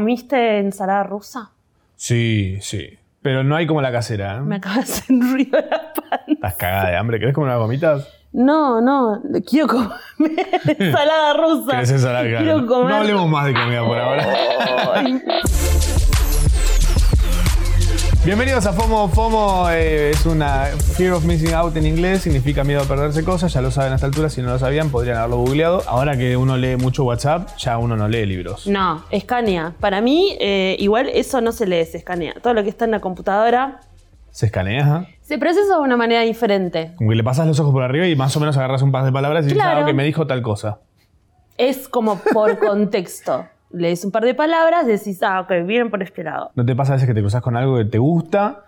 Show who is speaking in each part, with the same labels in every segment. Speaker 1: ¿Comiste ensalada rusa?
Speaker 2: Sí, sí. Pero no hay como la casera. ¿eh?
Speaker 1: Me acaba de hacer ruido la pan.
Speaker 2: Estás cagada de hambre. ¿Querés comer unas gomitas?
Speaker 1: No, no, quiero comer ensalada rusa.
Speaker 2: ¿Querés ensalada?
Speaker 1: Quiero comer.
Speaker 2: No hablemos más de comida por ahora.
Speaker 1: Ay,
Speaker 2: Bienvenidos a FOMO. FOMO eh, es una Fear of Missing Out en inglés, significa miedo a perderse cosas, ya lo saben a esta altura, si no lo sabían podrían haberlo googleado. Ahora que uno lee mucho WhatsApp, ya uno no lee libros.
Speaker 1: No, escanea. Para mí, eh, igual eso no se lee, se escanea. Todo lo que está en la computadora
Speaker 2: Se escanea, ¿eh?
Speaker 1: se procesa de una manera diferente.
Speaker 2: como que le pasas los ojos por arriba y más o menos agarras un par de palabras y dices,
Speaker 1: Claro.
Speaker 2: ah, ok, me dijo tal cosa.
Speaker 1: Es como por contexto. Lees un par de palabras, decís, ah, ok, vienen por este lado.
Speaker 2: ¿No te pasa a veces que te cruzas con algo que te gusta,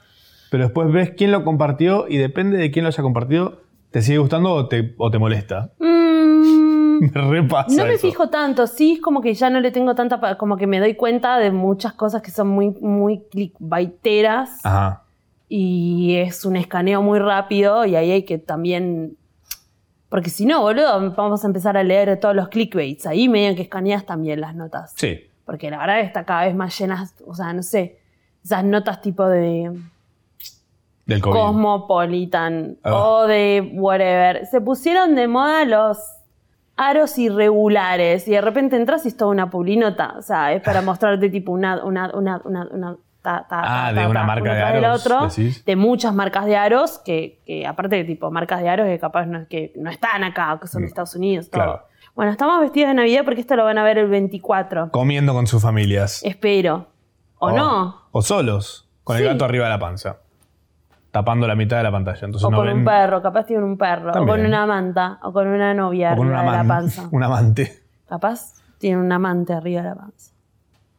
Speaker 2: pero después ves quién lo compartió y depende de quién lo haya compartido, te sigue gustando o te, o te molesta?
Speaker 1: Mm,
Speaker 2: Me repasa.
Speaker 1: no me
Speaker 2: eso.
Speaker 1: fijo tanto, sí, es como que ya no le tengo tanta, pa- como que me doy cuenta de muchas cosas que son muy, muy clickbaiteras.
Speaker 2: Ajá.
Speaker 1: y es un escaneo muy rápido y ahí hay que también... Porque si no, boludo, vamos a empezar a leer todos los clickbaits. Ahí medio que escaneas también las notas.
Speaker 2: Sí.
Speaker 1: Porque la verdad está cada vez más llenas, o sea, no sé, esas notas tipo de
Speaker 2: Del COVID.
Speaker 1: Cosmopolitan
Speaker 2: Ah.
Speaker 1: o de whatever. Se pusieron de moda los aros irregulares y de repente entras y es toda una publinota. O sea, es para mostrarte tipo una, una, una, una, una- ta, ta, ta,
Speaker 2: Ah,
Speaker 1: ta,
Speaker 2: de una
Speaker 1: ta,
Speaker 2: marca
Speaker 1: uno
Speaker 2: de
Speaker 1: tras del
Speaker 2: aros,
Speaker 1: otro,
Speaker 2: decís.
Speaker 1: de muchas marcas de aros que, que aparte de tipo marcas de aros que capaz no, que no están acá, que son de
Speaker 2: Mm.
Speaker 1: Estados Unidos. todo.
Speaker 2: Claro.
Speaker 1: Bueno, estamos vestidos de Navidad porque esto lo van a ver el 24.
Speaker 2: Comiendo con sus familias.
Speaker 1: Espero. Eh, ¿O
Speaker 2: Oh.
Speaker 1: no?
Speaker 2: O solos, con el
Speaker 1: Sí.
Speaker 2: gato arriba de la panza. Tapando la mitad de la pantalla. Entonces
Speaker 1: O
Speaker 2: no
Speaker 1: con
Speaker 2: ven-
Speaker 1: un perro, capaz tienen un perro. O con
Speaker 2: También.
Speaker 1: una manta, o con una novia
Speaker 2: o con un
Speaker 1: arriba de la
Speaker 2: amante.
Speaker 1: panza.
Speaker 2: Un amante.
Speaker 1: Capaz tienen un amante arriba de la panza.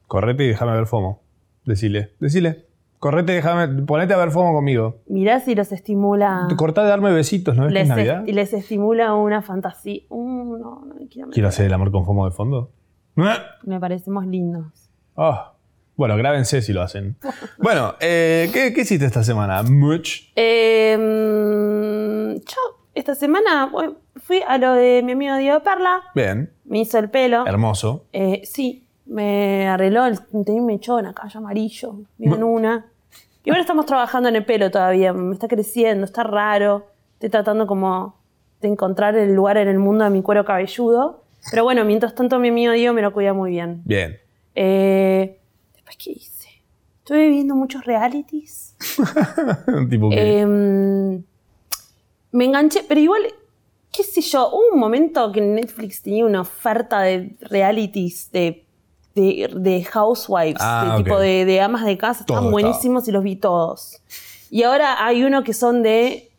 Speaker 2: Correte y déjame ver FOMO. Decile. Decile. Correte y déjame. Ponete a ver FOMO conmigo.
Speaker 1: Mirá si los estimula.
Speaker 2: Ah. Cortá de darme besitos, ¿no ves que
Speaker 1: Les,
Speaker 2: es Navidad?
Speaker 1: est- les estimula una fantasía. Uh, no, no quiero meter.
Speaker 2: Quiero hacer el amor con FOMO de fondo. ¿Eh?
Speaker 1: Me parecemos lindos.
Speaker 2: Ah. Bueno, grábense si lo hacen. Bueno, eh, ¿qué, qué hiciste esta semana? Much.
Speaker 1: Eh, mm, yo, esta semana, bueno, fui a lo de mi amigo Diego Perla.
Speaker 2: Bien.
Speaker 1: Me hizo el pelo.
Speaker 2: Hermoso.
Speaker 1: Eh, sí, me arregló el tenía un mechón acá, ya amarillo, bien una. Y ahora estamos trabajando en el pelo todavía, me está creciendo, está raro. Estoy tratando como de encontrar el lugar en el mundo de mi cuero cabelludo. Pero bueno, mientras tanto mi amigo Diego me lo cuida muy bien.
Speaker 2: Bien.
Speaker 1: Eh, Después, ¿qué hice? Estuve viendo muchos realities.
Speaker 2: tipo que.
Speaker 1: Eh, me enganché, pero igual, qué sé yo, hubo un momento que Netflix tenía una oferta de realities, de, de, de housewives,
Speaker 2: Ah,
Speaker 1: de
Speaker 2: ok.
Speaker 1: tipo de, de amas de casa,
Speaker 2: Todo
Speaker 1: estaban buenísimos y los vi todos. Y ahora hay uno que son de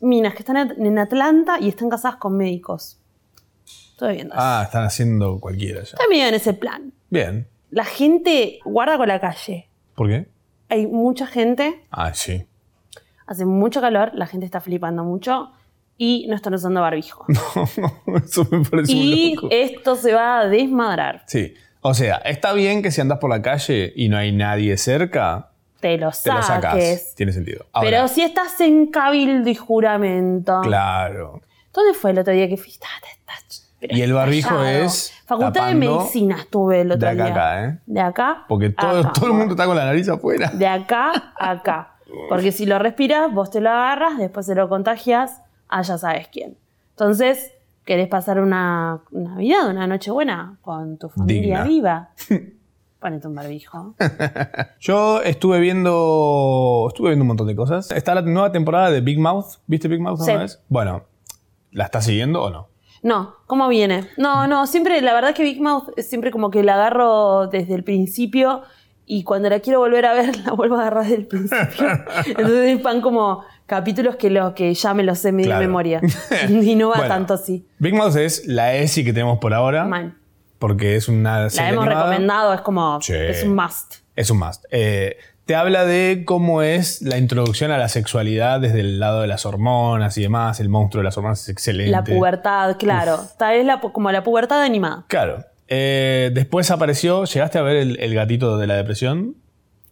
Speaker 1: minas que están en Atlanta y están casadas con médicos. Estoy viendo. eso.
Speaker 2: Ah, están haciendo cualquiera ya.
Speaker 1: Está medio en ese plan.
Speaker 2: Bien.
Speaker 1: La gente guarda con la calle.
Speaker 2: ¿Por qué?
Speaker 1: Hay mucha gente
Speaker 2: Ah, sí.
Speaker 1: Hace mucho calor, la gente está flipando mucho y no están usando barbijo.
Speaker 2: Eso me parece un
Speaker 1: y eh,
Speaker 2: loco.
Speaker 1: esto se va a desmadrar.
Speaker 2: Sí. O sea, está bien que si andas por la calle y no hay nadie cerca,
Speaker 1: Te lo
Speaker 2: te lo sacas.
Speaker 1: saques.
Speaker 2: Tiene sentido. Ahora,
Speaker 1: Pero si estás en cabildo y juramento.
Speaker 2: claro.
Speaker 1: ¿Dónde fue el otro día que fuiste? Ah, te estás- pero
Speaker 2: Y el barbijo
Speaker 1: estallado.
Speaker 2: es
Speaker 1: Facultad de
Speaker 2: tapando
Speaker 1: Medicina estuve el otro
Speaker 2: de acá a
Speaker 1: día.
Speaker 2: acá, ¿eh?
Speaker 1: De acá.
Speaker 2: Porque todo,
Speaker 1: acá.
Speaker 2: todo el mundo está con la nariz afuera.
Speaker 1: De acá a acá. Porque si lo respiras, vos te lo agarras, después se lo contagias a ya sabes quién. Entonces, querés pasar una Navidad, una noche buena con tu familia
Speaker 2: Digna.
Speaker 1: viva. Ponete un barbijo.
Speaker 2: Yo estuve viendo. Estuve viendo un montón de cosas. Está la nueva temporada de Big Mouth. ¿Viste Big Mouth alguna
Speaker 1: Sí.
Speaker 2: vez? Bueno, ¿la estás siguiendo o no?
Speaker 1: No, ¿cómo viene? No, no, siempre, la verdad que Big Mouth eh, siempre como que la agarro desde el principio y cuando la quiero volver a ver la vuelvo a agarrar desde el principio. Entonces van como capítulos que, lo, que ya me los sé medio de
Speaker 2: Claro.
Speaker 1: memoria. Y no va
Speaker 2: Bueno, ¿Ah?
Speaker 1: tanto así.
Speaker 2: Big Mouth es la ESI que tenemos por ahora.
Speaker 1: Mal.
Speaker 2: Porque es una
Speaker 1: La
Speaker 2: serie
Speaker 1: hemos
Speaker 2: animada.
Speaker 1: recomendado, es como.
Speaker 2: Sí.
Speaker 1: Es un must.
Speaker 2: Es un must. Eh, te habla de cómo es la introducción a la sexualidad desde el lado de las hormonas y demás. El monstruo de las hormonas es excelente.
Speaker 1: La pubertad, claro. Esta es la, pu- como la pubertad animada.
Speaker 2: Claro. Eh, después apareció. ¿Llegaste a ver el, el gatito de la depresión?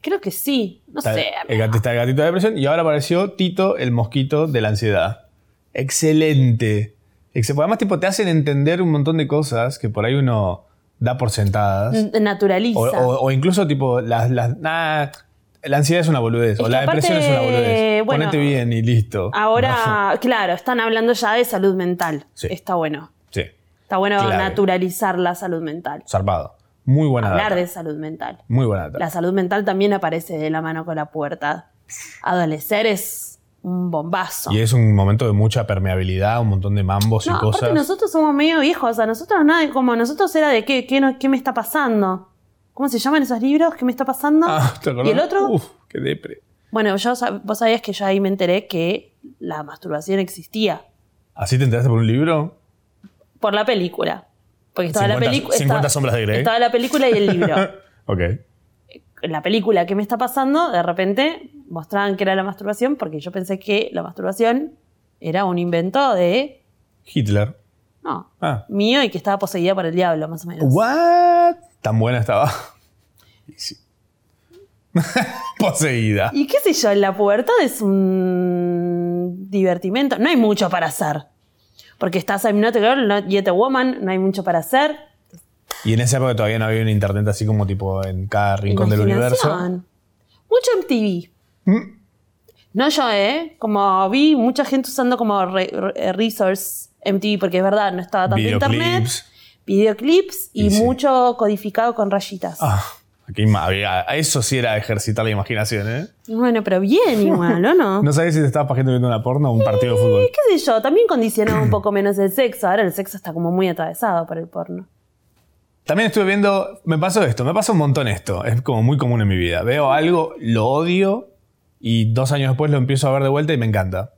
Speaker 1: Creo que sí. No
Speaker 2: Está,
Speaker 1: sé.
Speaker 2: el gat- está el gatito de la depresión. Y ahora apareció Tito, el mosquito de la ansiedad. pues Excelente. Exce- Además, tipo, te hacen entender un montón de cosas que por ahí uno da por sentadas.
Speaker 1: N- Naturaliza.
Speaker 2: O, o- o incluso tipo, las, las- nah, la ansiedad es una boludez,
Speaker 1: Es
Speaker 2: o
Speaker 1: que
Speaker 2: la depresión es una
Speaker 1: aparte,
Speaker 2: boludez.
Speaker 1: bueno,
Speaker 2: Ponete bien y listo.
Speaker 1: Ahora, claro, están hablando ya de salud mental.
Speaker 2: Sí.
Speaker 1: Está bueno.
Speaker 2: Sí,
Speaker 1: Está bueno
Speaker 2: Clave.
Speaker 1: naturalizar la salud mental.
Speaker 2: zarpado. Muy buena
Speaker 1: Hablar
Speaker 2: data.
Speaker 1: de salud mental.
Speaker 2: Muy buena data.
Speaker 1: La salud mental también aparece de la mano con la puerta. Adolecer es un bombazo.
Speaker 2: Y es un momento de mucha permeabilidad, un montón de mambos
Speaker 1: No,
Speaker 2: y
Speaker 1: aparte
Speaker 2: cosas.
Speaker 1: nosotros somos medio viejos, o sea, nosotros nada, como nosotros era de qué, qué, no- qué me está pasando. ¿Cómo se llaman esos libros? ¿Qué me está pasando?
Speaker 2: Ah, ¿te acordás?
Speaker 1: y el otro,
Speaker 2: Uf, qué depre.
Speaker 1: bueno, yo sab- vos sabías que yo ahí me enteré que la masturbación existía
Speaker 2: ¿Así te enteraste por un libro?
Speaker 1: por la película. Porque estaba
Speaker 2: 50
Speaker 1: la película.
Speaker 2: 50 sombras ¿eh? de Grey.
Speaker 1: Estaba la película y el libro.
Speaker 2: Ok.
Speaker 1: en la película ¿Qué me está pasando? De repente mostraban que era la masturbación porque yo pensé que la masturbación era un invento de.
Speaker 2: Hitler.
Speaker 1: No,
Speaker 2: Ah.
Speaker 1: mío y que estaba poseída por el diablo, más o menos.
Speaker 2: ¿What? Tan buena estaba. Y sí. Poseída.
Speaker 1: Y qué sé yo, en la pubertad es un divertimento. No hay mucho para hacer. Porque estás I'm not a girl, not yet a woman, no hay mucho para hacer.
Speaker 2: Y en esa época todavía no había un internet así como tipo en cada rincón del universo.
Speaker 1: Imaginación. Mucho MTV.
Speaker 2: Mm.
Speaker 1: No yo, ¿eh? Como vi mucha gente usando como re- re- resource MTV, porque es verdad, no estaba tanto internet.
Speaker 2: Videoclips.
Speaker 1: Videoclips y,
Speaker 2: Y sí.
Speaker 1: mucho codificado con rayitas.
Speaker 2: Ah, qué ima- había- eso sí era ejercitar la imaginación, ¿eh?
Speaker 1: Bueno, pero bien igual, ¿o no?
Speaker 2: No sabés si te estabas pajeando viendo una porno o un partido de fútbol.
Speaker 1: Y qué sé yo, también condicionaba un poco menos el sexo. Ahora el sexo está como muy atravesado por el porno.
Speaker 2: También estuve viendo, me pasó esto, me pasa un montón esto, es como muy común en mi vida. Veo algo, lo odio y dos años después lo empiezo a ver de vuelta y me encanta.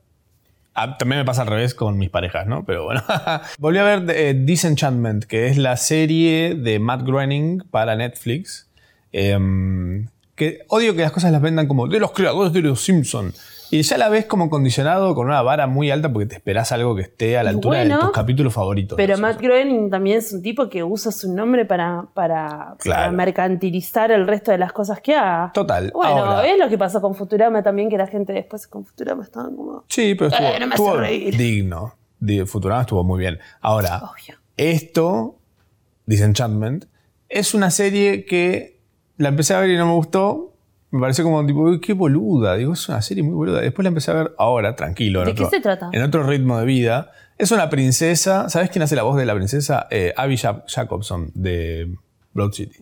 Speaker 2: Ah, también me pasa al revés con mis parejas, ¿no? Pero bueno. Volví a ver eh, Disenchantment, que es la serie de Matt Groening para Netflix. Em, que odio que las cosas las vendan como de los creadores de los Simpson. Y ya la ves como condicionado con una vara muy alta porque te esperás algo que esté a la
Speaker 1: Y
Speaker 2: altura de
Speaker 1: bueno,
Speaker 2: tus capítulos favoritos.
Speaker 1: Pero
Speaker 2: ¿no?
Speaker 1: Matt Groening también es un tipo que usa su nombre para, para, para
Speaker 2: Claro.
Speaker 1: mercantilizar el resto de las cosas que haga.
Speaker 2: Total,
Speaker 1: Bueno,
Speaker 2: ahora.
Speaker 1: es lo que pasó con Futurama también, que la gente después con Futurama estaba como.
Speaker 2: Sí, pero estuvo,
Speaker 1: Eh, no me hace
Speaker 2: estuvo
Speaker 1: reír.
Speaker 2: digno. Di- Futurama estuvo muy bien. Ahora,
Speaker 1: Obvio.
Speaker 2: esto, Disenchantment, es una serie que la empecé a ver y no me gustó. Me pareció como tipo, "Uy, qué boluda. Digo, es una serie muy boluda. Después la empecé a ver ahora, tranquilo. en
Speaker 1: ¿De qué
Speaker 2: otro-
Speaker 1: se trata?
Speaker 2: En otro ritmo de vida. Es una princesa. ¿Sabes quién hace la voz de la princesa? Eh, Abby Ja- Jacobson de Broad City.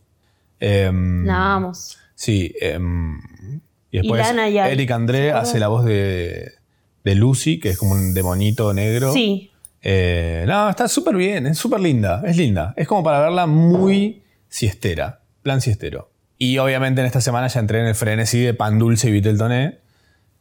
Speaker 2: Em,
Speaker 1: Nada, vamos.
Speaker 2: Sí. em, y después
Speaker 1: Lana y Ari.
Speaker 2: Eric André hace la voz de, de Lucy, que es como un demonito negro.
Speaker 1: Sí.
Speaker 2: Eh, no, está súper bien, es súper linda, es linda. Es como para verla muy siestera, plan siestero. Y obviamente en esta semana ya entré en el frenesí de pan dulce y Viteltoné,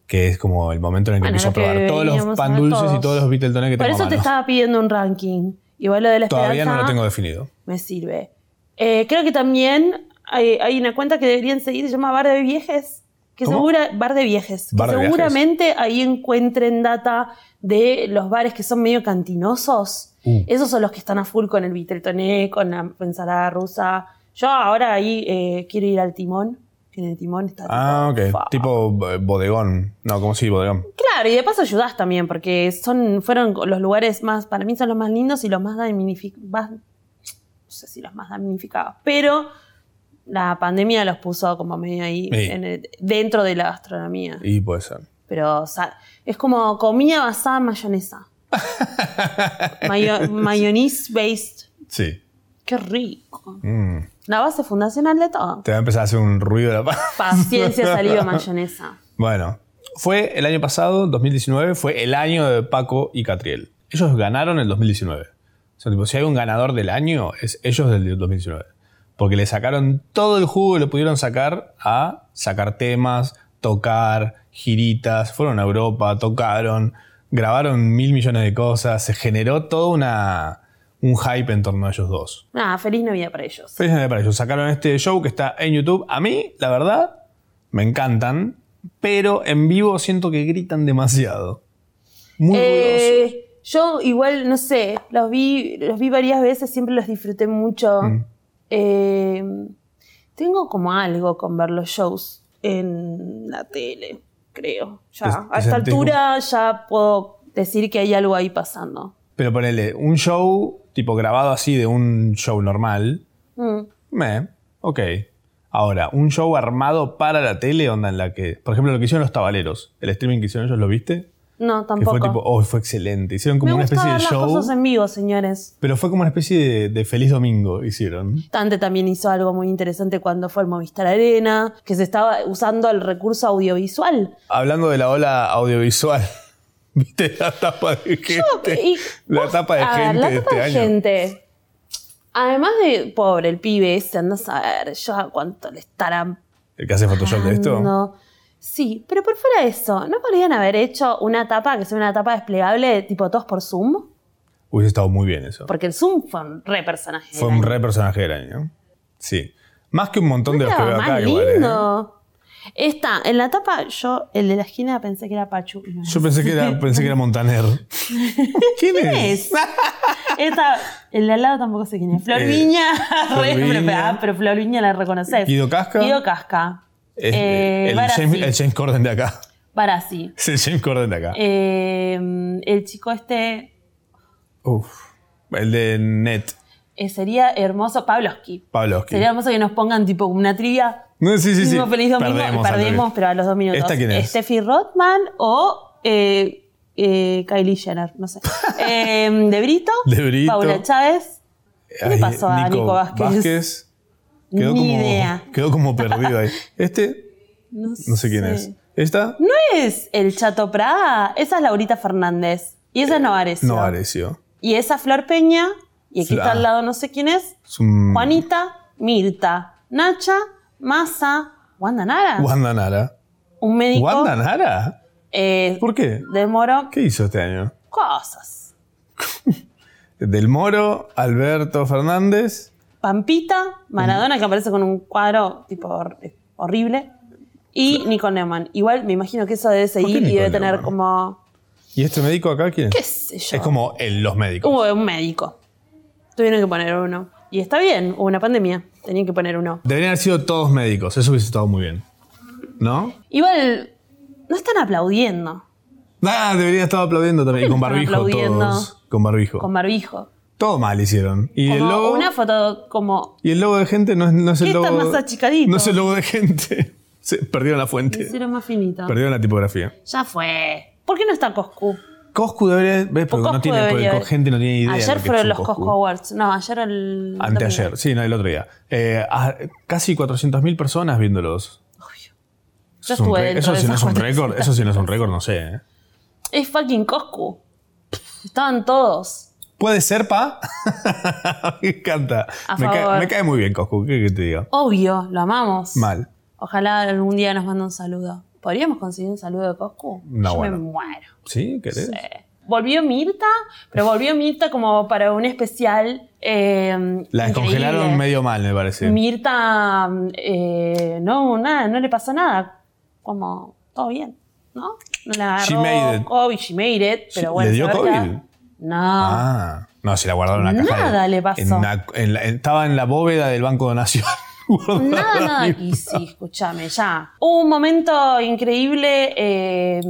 Speaker 2: que es como el momento en el que
Speaker 1: Bueno,
Speaker 2: empiezo a
Speaker 1: lo que
Speaker 2: probar todos los
Speaker 1: veníamos a
Speaker 2: pan
Speaker 1: ver
Speaker 2: dulces y
Speaker 1: todos.
Speaker 2: todos los Viteltoné que
Speaker 1: Por
Speaker 2: tengo a
Speaker 1: eso te
Speaker 2: mano.
Speaker 1: estaba pidiendo un ranking. Igual lo de la
Speaker 2: Todavía no
Speaker 1: esperanza
Speaker 2: lo tengo definido.
Speaker 1: me sirve. Eh, creo que también hay, hay una cuenta que deberían seguir, se llama Bar de Viejes. Que
Speaker 2: ¿Cómo?
Speaker 1: segura, Bar de Viejes. que
Speaker 2: Bar de Viejes.
Speaker 1: seguramente ahí encuentren data de los bares que son medio cantinosos.
Speaker 2: Uh.
Speaker 1: Esos son los que están a full con el Viteltoné, con la ensalada rusa. Yo ahora ahí eh, quiero ir al timón. Que en el timón está
Speaker 2: Ah,
Speaker 1: tipo,
Speaker 2: ok.
Speaker 1: fa.
Speaker 2: Tipo eh, bodegón. No, ¿cómo si bodegón?
Speaker 1: Claro, y de paso ayudás también, porque son, fueron los lugares más, para mí son los más lindos y los más damnificados. No sé si los más damnificados, pero la pandemia los puso como medio ahí
Speaker 2: Sí.
Speaker 1: en el- dentro de la gastronomía.
Speaker 2: Y puede ser.
Speaker 1: Pero o sea, es como comida basada en mayonesa. Mayo- mayonnaise based.
Speaker 2: Sí.
Speaker 1: Qué rico.
Speaker 2: Mm.
Speaker 1: La base fundacional de todo.
Speaker 2: Te va a empezar a hacer un ruido la pa-
Speaker 1: Paciencia, saliva, mayonesa.
Speaker 2: Bueno, fue el año pasado, 2019, fue el año de Paco y Catriel. Ellos ganaron el 2019. O sea, tipo, si hay un ganador del año, es ellos del 2019. Porque le sacaron todo el jugo que le pudieron sacar a sacar temas, tocar, giritas, fueron a Europa, tocaron, grabaron mil millones de cosas, se generó todo una, un hype en torno a ellos dos.
Speaker 1: Nada, feliz Navidad para ellos.
Speaker 2: Feliz Navidad para ellos. Sacaron este show que está en YouTube. A mí, la verdad, me encantan, pero en vivo siento que gritan demasiado. Muy ruidoso.
Speaker 1: Eh, yo igual, no sé, los vi, los vi varias veces, siempre los disfruté mucho.
Speaker 2: Mm.
Speaker 1: Eh, tengo como algo con ver los shows en la tele, creo. Ya,
Speaker 2: Te- te
Speaker 1: a esta
Speaker 2: sentís
Speaker 1: altura ya puedo decir que hay algo ahí pasando.
Speaker 2: Pero ponele, un show tipo grabado así de un show normal,
Speaker 1: Mm.
Speaker 2: Meh, ok. Ahora, un show armado para la tele, onda en la que. Por ejemplo, lo que hicieron los tabaleros. El streaming que hicieron ellos, ¿lo viste?
Speaker 1: No,
Speaker 2: Que
Speaker 1: tampoco.
Speaker 2: fue tipo, oh, fue excelente. Hicieron como
Speaker 1: Me
Speaker 2: una
Speaker 1: gusta
Speaker 2: especie de
Speaker 1: ver las
Speaker 2: show.
Speaker 1: cosas en vivo, señores.
Speaker 2: Pero fue como una especie de, de feliz domingo, hicieron.
Speaker 1: Tante también hizo algo muy interesante cuando fue al Movistar Arena, que se estaba usando el recurso audiovisual.
Speaker 2: Hablando de la ola audiovisual. ¿Viste la tapa de gente?
Speaker 1: Y
Speaker 2: Este, la
Speaker 1: vos-
Speaker 2: tapa de
Speaker 1: a ver,
Speaker 2: gente
Speaker 1: la
Speaker 2: de
Speaker 1: tapa
Speaker 2: este
Speaker 1: de
Speaker 2: año.
Speaker 1: gente. Además de, pobre, el pibe ese, anda a saber yo a cuánto le estarán
Speaker 2: El que hace Photoshop
Speaker 1: Ah,
Speaker 2: de esto.
Speaker 1: pagando. Sí, pero por fuera de eso, ¿no podrían haber hecho una tapa que sea una tapa desplegable, tipo todos por Zoom?
Speaker 2: Hubiese estado muy bien eso.
Speaker 1: Porque el Zoom fue un re personaje.
Speaker 2: Fue
Speaker 1: del
Speaker 2: un
Speaker 1: año.
Speaker 2: re personaje del año. Sí. Más que un montón de los que
Speaker 1: Estaba
Speaker 2: veo
Speaker 1: más
Speaker 2: acá, igual. ¿eh?
Speaker 1: lindo. Esta, en la tapa, yo, el de la esquina pensé que era Pachu. y no
Speaker 2: Yo pensé que era, pensé que era Montaner. ¿Quién es?
Speaker 1: es. Esta, el de al lado tampoco sé quién es. Flor
Speaker 2: Eh,
Speaker 1: Viña,
Speaker 2: Flor
Speaker 1: re- pero,
Speaker 2: Viña.
Speaker 1: ah, pero Flor Viña la reconoces.
Speaker 2: Guido Casca.
Speaker 1: Guido Casca.
Speaker 2: Es,
Speaker 1: Eh,
Speaker 2: el,
Speaker 1: Barassi.
Speaker 2: James, el James Corden de acá.
Speaker 1: Barassi.
Speaker 2: Es el James Corden de acá.
Speaker 1: Eh, el chico este
Speaker 2: Uf. El de Net,
Speaker 1: eh, sería hermoso. Pavlovsky.
Speaker 2: Pavlovsky.
Speaker 1: Sería hermoso que nos pongan tipo una trivia.
Speaker 2: No, sí, sí, sí.
Speaker 1: Mismo feliz domingo. Perdemos,
Speaker 2: al toque.
Speaker 1: pero a los dos minutos.
Speaker 2: ¿Esta quién es?
Speaker 1: Steffi Rothman o eh, eh, Kylie Jenner, no sé. Eh, de Brito.
Speaker 2: De Brito.
Speaker 1: Paula Chávez. ¿Qué le
Speaker 2: Ay,
Speaker 1: pasó a Nico Vázquez?
Speaker 2: Quedó
Speaker 1: Ni
Speaker 2: como,
Speaker 1: idea.
Speaker 2: Quedó como perdido ahí. Este, no sé quién es. ¿Esta?
Speaker 1: ¿No es el Chato Prada? Esa es Laurita Fernández. Y esa es Novares.
Speaker 2: Eh, No, Arecio.
Speaker 1: Y esa Flor Peña. Y aquí
Speaker 2: Fla- Mm.
Speaker 1: está al lado no sé quién es.
Speaker 2: Es un
Speaker 1: Juanita, Mirta, Nacha, Masa, Wanda Nara.
Speaker 2: Wanda Nara.
Speaker 1: Un médico.
Speaker 2: ¿Wanda Nara?
Speaker 1: eh,
Speaker 2: ¿Por qué?
Speaker 1: Del Moro.
Speaker 2: ¿Qué hizo este año?
Speaker 1: Cosas.
Speaker 2: Del Moro, Alberto Fernández.
Speaker 1: Pampita, Maradona, que aparece con un cuadro tipo hor- eh, horrible. Y Nicole Neumann. Igual me imagino que eso debe seguir y
Speaker 2: Nicole
Speaker 1: debe tener
Speaker 2: Neumann?
Speaker 1: como.
Speaker 2: ¿Y este médico acá quién es?
Speaker 1: ¿Qué sé yo?
Speaker 2: Es como el- los médicos.
Speaker 1: Hubo un médico. Tuvieron que poner uno. Y está bien, hubo una pandemia. Tenían que poner uno.
Speaker 2: Deberían haber sido todos médicos. Eso hubiese estado muy bien. ¿No?
Speaker 1: Igual, no están aplaudiendo
Speaker 2: Ah, debería estar aplaudiendo también. Con
Speaker 1: ¿Por qué no
Speaker 2: barbijo
Speaker 1: están aplaudiendo?
Speaker 2: todos. Con barbijo.
Speaker 1: con barbijo.
Speaker 2: Todo mal hicieron. Y el
Speaker 1: Como
Speaker 2: logo.
Speaker 1: una foto como.
Speaker 2: Y el logo de gente no es, no es el
Speaker 1: ¿Qué
Speaker 2: logo.
Speaker 1: está más achicadito?
Speaker 2: No es el logo de gente. Se, perdieron la fuente.
Speaker 1: Hicieron más finito.
Speaker 2: Perdieron la tipografía.
Speaker 1: Ya fue. ¿por qué no está Coscu?
Speaker 2: Coscu debería. ¿Ves? Porque
Speaker 1: Coscu
Speaker 2: no tiene, porque
Speaker 1: debería-
Speaker 2: con gente no tiene idea. de
Speaker 1: Ayer
Speaker 2: lo que es
Speaker 1: fueron
Speaker 2: un
Speaker 1: los Coscu Awards. No, ayer el.
Speaker 2: Anteayer, sí, no, el otro día. Eh, a- casi 400.000 personas viéndolos. Eso,
Speaker 1: Yo
Speaker 2: es un
Speaker 1: estuve
Speaker 2: re-
Speaker 1: dentro
Speaker 2: eso
Speaker 1: de
Speaker 2: si no
Speaker 1: esas
Speaker 2: es un récord,
Speaker 1: 400.000
Speaker 2: eso si no es un récord, no sé. ¿eh?
Speaker 1: Es fucking Coscu. Estaban todos.
Speaker 2: ¿Puede ser, pa? me encanta.
Speaker 1: A
Speaker 2: me, cae,
Speaker 1: favor.
Speaker 2: me cae muy bien, Coscu, ¿qué, qué te digo?
Speaker 1: Obvio, lo amamos.
Speaker 2: Mal.
Speaker 1: Ojalá algún día nos mande un saludo. ¿Podríamos conseguir un saludo de Coscu?
Speaker 2: No,
Speaker 1: Yo
Speaker 2: bueno.
Speaker 1: me muero.
Speaker 2: ¿Sí? ¿Querés?
Speaker 1: Eh, Volvió Mirta, pero volvió Mirta como para un especial. eh,
Speaker 2: La descongelaron
Speaker 1: increíble.
Speaker 2: medio mal, me parece.
Speaker 1: Mirta, eh, no, nada, no le pasó nada. Como, todo bien, ¿no? No la
Speaker 2: She
Speaker 1: agarró
Speaker 2: made it.
Speaker 1: COVID, she made it,
Speaker 2: Sí,
Speaker 1: pero bueno.
Speaker 2: ¿le dio
Speaker 1: se ve
Speaker 2: COVID?
Speaker 1: que- No.
Speaker 2: Ah, no, se la guardaron en una caja.
Speaker 1: Nada
Speaker 2: de-
Speaker 1: le pasó.
Speaker 2: en una- en la- estaba en la bóveda del Banco de Nación. Guardada
Speaker 1: Nada,
Speaker 2: la
Speaker 1: nada.
Speaker 2: misma.
Speaker 1: Y sí, escúchame, ya. Hubo un momento increíble eh,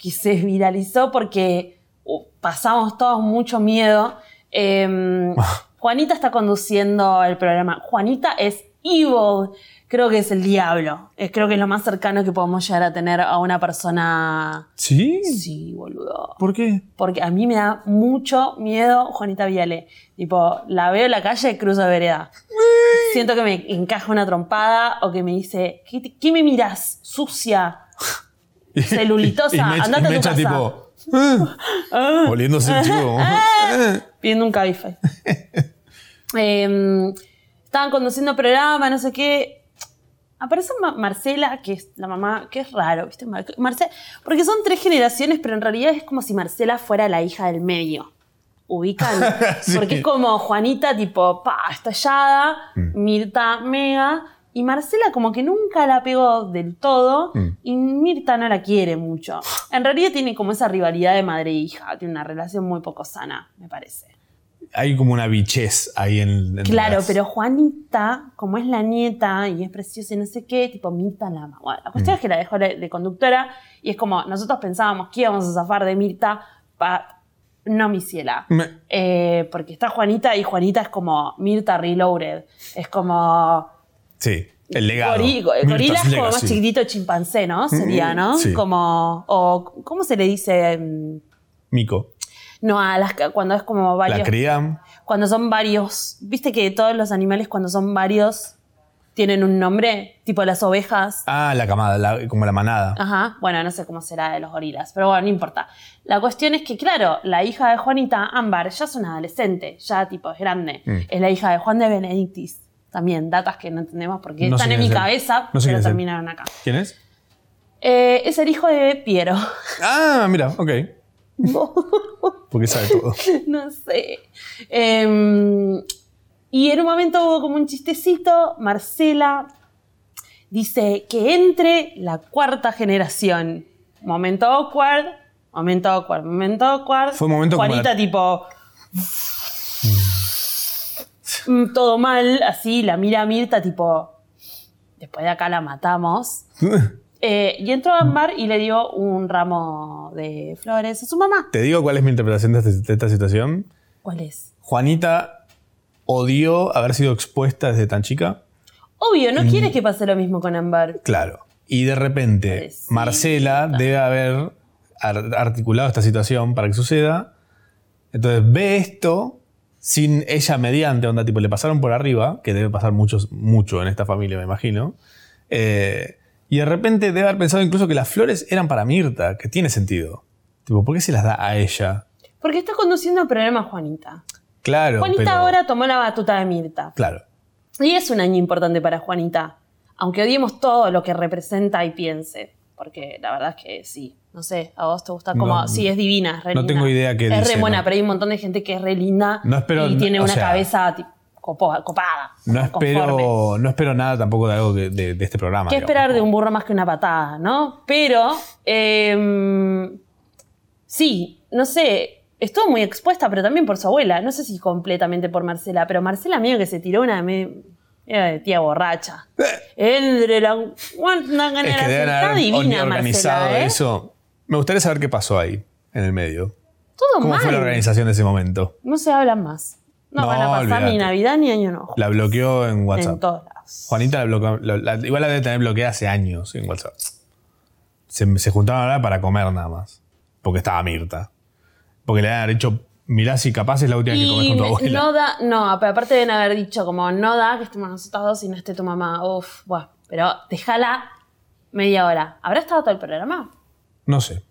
Speaker 1: que se viralizó porque uh, pasamos todos mucho miedo. Eh, Juanita está conduciendo el programa. Juanita es evil. Creo que es el diablo. Eh, creo que es lo más cercano que podemos llegar a tener a una persona.
Speaker 2: ¿Sí?
Speaker 1: Sí, boludo.
Speaker 2: ¿Por qué?
Speaker 1: Porque a mí me da mucho miedo Juanita Viale. Tipo, la veo en la calle y cruzo vereda. Siento que me encaja una trompada o que me dice, ¿qué, te- qué me mirás? Sucia. Celulitosa,
Speaker 2: Y me- y
Speaker 1: andate
Speaker 2: me
Speaker 1: a tu
Speaker 2: echa
Speaker 1: casa.
Speaker 2: tipo. "Ah", Oliéndose el chivo.
Speaker 1: Pidiendo un cabify. Em, estaban conduciendo programa, no sé qué. Aparece Ma- Marcela, que es la mamá, que es raro, ¿viste? Mar- Marce- porque son tres generaciones, pero en realidad es como si Marcela fuera la hija del medio. Ubican.
Speaker 2: Sí.
Speaker 1: Porque es como Juanita, tipo, pa, estallada, Mirta, mega. Y Marcela, como que nunca la pegó del todo, y Mirta no la quiere mucho. En realidad tiene como esa rivalidad de madre e hija, tiene una relación muy poco sana, me parece.
Speaker 2: Hay como una bichez ahí en. en
Speaker 1: Claro,
Speaker 2: las-
Speaker 1: pero Juanita, como es la nieta y es preciosa y no sé qué, tipo Mirta la ama. Bueno, la
Speaker 2: Mm.
Speaker 1: cuestión es que la dejó de, de conductora y es como nosotros pensábamos que íbamos a zafar de Mirta pa- No, mi ciela.
Speaker 2: Mm.
Speaker 3: Me-
Speaker 1: Eh, porque está Juanita y Juanita es como Mirta Reloaded. Es como.
Speaker 2: Sí, el legado.
Speaker 1: Gori- go-
Speaker 2: Mirta's
Speaker 1: gorila es como más
Speaker 2: Legacy.
Speaker 1: chiquitito chimpancé, ¿no? Sería, ¿no?
Speaker 2: Mm, sí.
Speaker 1: Como. O, ¿Cómo se le dice? Mm,
Speaker 2: Mico.
Speaker 1: No, a las, ca- cuando es como varios.
Speaker 2: La crían.
Speaker 1: cuando son varios. Viste que todos los animales, cuando son varios, tienen un nombre. Tipo las ovejas.
Speaker 2: Ah, la camada, la- como la manada.
Speaker 1: Ajá, bueno, no sé cómo será de los gorilas, pero bueno, no importa. La cuestión es que, claro, la hija de Juanita, Ámbar, ya es una adolescente, ya tipo es grande.
Speaker 2: Mm.
Speaker 1: Es la hija de Juan de Benedictis. También, datas que no entendemos porque
Speaker 2: No sé
Speaker 1: están en mi
Speaker 2: quién es él.
Speaker 1: cabeza,
Speaker 2: No sé quién
Speaker 1: pero
Speaker 2: es él.
Speaker 1: terminaron acá.
Speaker 2: ¿Quién es?
Speaker 1: Eh, es el hijo de Piero.
Speaker 2: Ah, mira, ok. Porque sabe todo.
Speaker 1: no sé. Em, y en un momento hubo como un chistecito, Marcela dice que entre la cuarta generación. Momento awkward, momento awkward, momento awkward.
Speaker 2: Fue un momento como
Speaker 1: Juanita
Speaker 2: la-
Speaker 1: tipo... Mm, Todo mal, así, la mira a Mirta tipo... Después de acá la matamos. Eh, y entró Ámbar y le dio un ramo de flores a su mamá.
Speaker 2: Te digo cuál es mi interpretación de, este- de esta situación.
Speaker 1: ¿Cuál es?
Speaker 2: Juanita odió haber sido expuesta desde tan chica.
Speaker 1: Obvio,
Speaker 2: Mm.
Speaker 1: no quiere que pase lo mismo con Ámbar.
Speaker 2: Claro. Y de repente,
Speaker 1: Pobrecita.
Speaker 2: Marcela debe haber ar- articulado esta situación para que suceda. Entonces ve esto sin ella mediante, onda, tipo, le pasaron por arriba, que debe pasar muchos, mucho en esta familia, me imagino. Eh, y de repente debe haber pensado incluso que las flores eran para Mirta, que tiene sentido. Tipo, ¿por qué se las da a ella?
Speaker 1: Porque está conduciendo el problema Juanita.
Speaker 2: Claro.
Speaker 1: Juanita
Speaker 2: pero-
Speaker 1: ahora tomó la batuta de Mirta.
Speaker 2: Claro.
Speaker 1: Y es un año importante para Juanita. Aunque odiemos todo lo que representa y piense. Porque la verdad es que sí. No sé, a vos te gusta como.
Speaker 2: No,
Speaker 1: sí, es divina, es re
Speaker 2: no
Speaker 1: linda.
Speaker 2: tengo idea qué
Speaker 1: Es
Speaker 2: dice,
Speaker 1: re buena,
Speaker 2: no.
Speaker 1: pero hay un montón de gente que es re linda.
Speaker 2: No espero-
Speaker 1: y tiene
Speaker 2: o
Speaker 1: una
Speaker 2: sea,
Speaker 1: cabeza tipo, copo- copada.
Speaker 2: No
Speaker 1: conforme.
Speaker 2: espero, no espero nada tampoco de algo que- de, de este programa.
Speaker 1: ¿Qué
Speaker 2: digamos.
Speaker 1: esperar de un burro más que una patada, no? Pero, em, sí, no sé, estuvo muy expuesta, pero también por su abuela. No sé si completamente por Marcela, pero Marcela medio que se tiró una me- era de tía borracha. Entre la... Una gana
Speaker 2: Eh. Es
Speaker 1: de
Speaker 2: que
Speaker 1: hacer-
Speaker 2: deben
Speaker 1: está
Speaker 2: haber
Speaker 1: divina
Speaker 2: organizado
Speaker 1: Marcela, ¿eh?
Speaker 2: eso. Me gustaría saber qué pasó ahí, en el medio.
Speaker 1: Todo
Speaker 2: ¿Cómo
Speaker 1: mal.
Speaker 2: fue la organización de ese momento?
Speaker 1: No se hablan más. No,
Speaker 2: No,
Speaker 1: van a pasar ni
Speaker 2: olvídate.
Speaker 1: Navidad ni Año Nuevo.
Speaker 2: La bloqueó en
Speaker 1: en
Speaker 2: WhatsApp.
Speaker 1: todos lados.
Speaker 2: Juanita la bloqueó. la- la- igual la debe tener bloqueada hace años en WhatsApp. Se, se juntaron ahora para comer nada más. Porque estaba Mirta. Porque le han dicho, mirá si capaz es la última vez que comes
Speaker 1: Y
Speaker 2: con tu abuela.
Speaker 1: no da, no, pero aparte deben haber dicho como no da que estemos nosotros dos y no esté tu mamá. Uf, buah, pero déjala media hora. ¿Habrá estado todo el programa?
Speaker 2: No sé.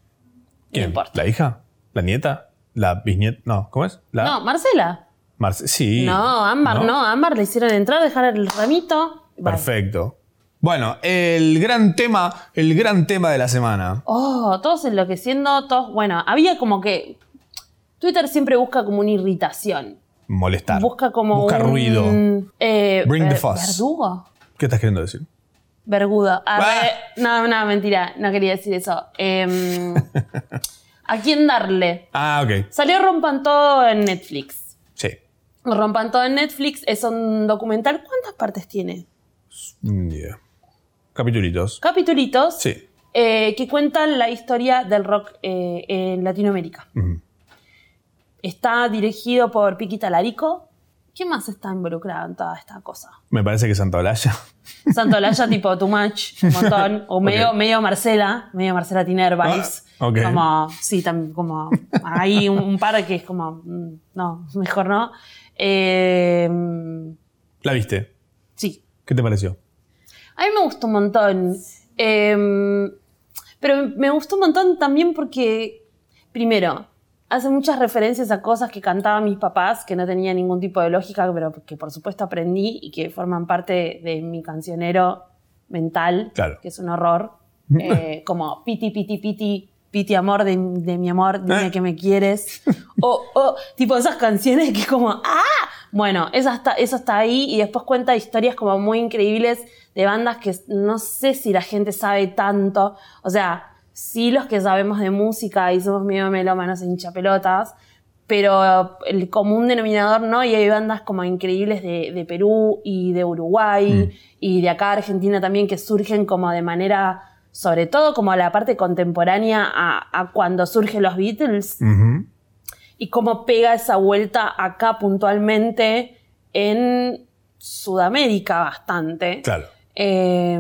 Speaker 2: ¿Quién?
Speaker 1: importa.
Speaker 2: ¿La hija? ¿La nieta? ¿La bisnieta? No, ¿cómo es? ¿La?
Speaker 1: No, Marcela.
Speaker 2: Marce- sí.
Speaker 1: No, Ámbar, no. Ámbar le hicieron entrar, dejar el ramito. y bye.
Speaker 2: Perfecto. Bueno, el gran tema, el gran tema de la semana.
Speaker 1: Oh, todos enloqueciendo, todos. Bueno, había como que. Twitter siempre busca como una irritación.
Speaker 2: Molestar.
Speaker 1: Busca como
Speaker 2: Busca
Speaker 1: un.
Speaker 2: ruido.
Speaker 1: eh,
Speaker 2: Bring the
Speaker 1: ver-
Speaker 2: fuss.
Speaker 1: Verdugo.
Speaker 2: ¿Qué estás queriendo decir?
Speaker 1: Vergudo. Arre-
Speaker 2: Ah.
Speaker 1: No, no, mentira, no quería decir eso. Em, ¿A quién darle?
Speaker 2: Ah, ok.
Speaker 1: Salió Rompan Todo en Netflix.
Speaker 2: Sí.
Speaker 1: Rompan Todo en Netflix es un documental. ¿Cuántas partes tiene?
Speaker 2: Mm, yeah. Capitulitos.
Speaker 1: Capitulitos
Speaker 2: Sí.
Speaker 1: eh, que cuentan la historia del rock eh, en Latinoamérica.
Speaker 2: Ujú.
Speaker 1: Está dirigido por Piqui Talarico. ¿Quién más está involucrado en toda esta cosa?
Speaker 2: Me parece que Santa Olalla.
Speaker 1: Santolaya tipo too much, un montón. O medio,
Speaker 2: Ok.
Speaker 1: medio Marcela, medio Marcela Tiner Vice.
Speaker 2: Ah, ok.
Speaker 1: Como, sí, tam- como hay un, un par que es como, mm, no, mejor no. Eh,
Speaker 2: ¿La viste?
Speaker 1: sí,
Speaker 2: ¿Qué te pareció?
Speaker 1: a mí me gustó un montón. Eh, pero me gustó un montón también porque, primero, hace muchas referencias a cosas que cantaban mis papás, que no tenía ningún tipo de lógica, pero que por supuesto aprendí y que forman parte de mi cancionero mental,
Speaker 2: Claro.
Speaker 1: que es un horror. Eh, como piti, piti, piti, piti amor de, de mi amor, dime
Speaker 2: Eh.
Speaker 1: que me quieres. O, o, tipo esas canciones que como, ¡ah! Bueno, eso está, eso está ahí y después cuenta historias como muy increíbles de bandas que no sé si la gente sabe tanto. O sea, sí los que sabemos de música y somos medio melómanos e hinchapelotas, pero el común denominador no, y hay bandas como increíbles de, de Perú y de Uruguay y de acá Argentina también que surgen como de manera, sobre todo como la parte contemporánea a, a cuando surgen los Beatles
Speaker 2: Ujú.
Speaker 1: y cómo pega esa vuelta acá puntualmente en Sudamérica bastante.
Speaker 2: Claro.
Speaker 1: Eh,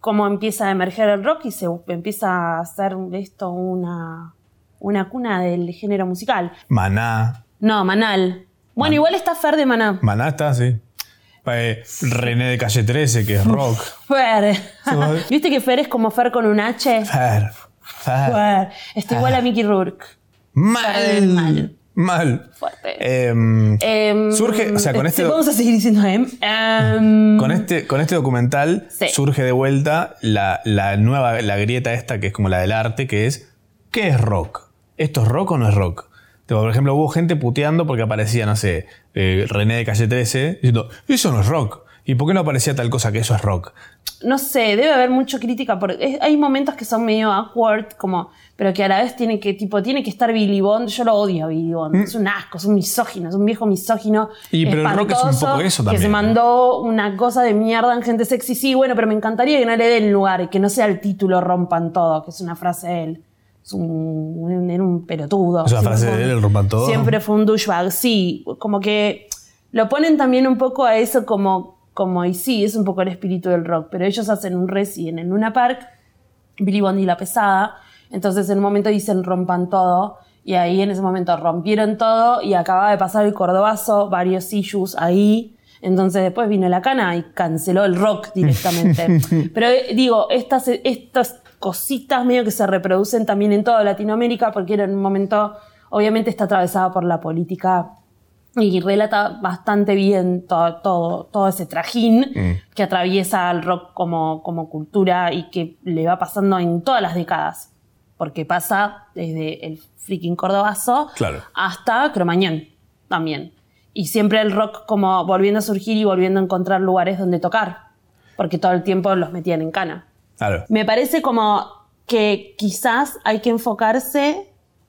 Speaker 1: cómo empieza a emerger el rock y se empieza a hacer de esto una, una cuna del género musical.
Speaker 2: Maná.
Speaker 1: No, Manal. Bueno, igual está Fer de Maná.
Speaker 2: Maná está, sí. Eh, René de calle 13, que es rock.
Speaker 1: Fer. ¿Viste que Fer es como Fer con un H?
Speaker 2: Fer. Fer.
Speaker 1: Fer. Está igual a Mickey Rourke.
Speaker 2: Mal.
Speaker 1: Mal.
Speaker 2: Mal.
Speaker 1: Fuerte.
Speaker 2: Em,
Speaker 1: Em,
Speaker 2: surge, o sea, con
Speaker 1: eh,
Speaker 2: este-
Speaker 1: Vamos a seguir diciendo em. Em,
Speaker 2: Con este, con este documental
Speaker 1: Sí.
Speaker 2: surge de vuelta la, la nueva, la grieta esta que es como la del arte, que es ¿qué es rock? ¿Esto es rock o no es rock? Tipo, por ejemplo, hubo gente puteando porque aparecía, no sé, eh, René de Calle 13 diciendo, eso no es rock. ¿Y por qué no aparecía tal cosa que eso es rock?
Speaker 1: no sé, debe haber mucha crítica porque es- hay momentos que son medio awkward, como, pero que a la vez tiene que, tipo, tiene que estar Billy Bond. Yo lo odio a Billy Bond. Es un asco, es un misógino, es un viejo misógino.
Speaker 2: Mm. Y, pero el rock es un
Speaker 1: espantoso,
Speaker 2: poco eso
Speaker 1: Que se
Speaker 2: también, ¿no?
Speaker 1: mandó una cosa de mierda en gente sexy. Sí, bueno, pero me encantaría que no le den lugar y que no sea el título rompan todo, que es una frase de él. Es un, un- era un pelotudo.
Speaker 2: Es una
Speaker 1: Siempre
Speaker 2: frase de
Speaker 1: fue un-
Speaker 2: él, el rompan todo.
Speaker 1: Siempre fue un douchebag. Sí, como que lo ponen también un poco a eso como, como y sí, es un poco el espíritu del rock, pero ellos hacen un reci en el Luna Park, Billy Bond y la pesada, entonces en un momento dicen rompan todo, y ahí en ese momento rompieron todo y acababa de pasar el cordobazo, varios issues ahí. Entonces después vino la cana y canceló el rock directamente. Pero eh, digo, estas, estas cositas medio que se reproducen también en toda Latinoamérica porque era en un momento, obviamente está atravesada por la política y relata bastante bien todo, todo, todo ese trajín que atraviesa el rock como, como cultura y que le va pasando en todas las décadas. Porque pasa desde el freaking cordobazo
Speaker 2: Claro.
Speaker 1: hasta Cromañón también. Y siempre el rock como volviendo a surgir y volviendo a encontrar lugares donde tocar. Porque todo el tiempo los metían en cana.
Speaker 2: Claro.
Speaker 1: Me parece como que quizás hay que enfocarse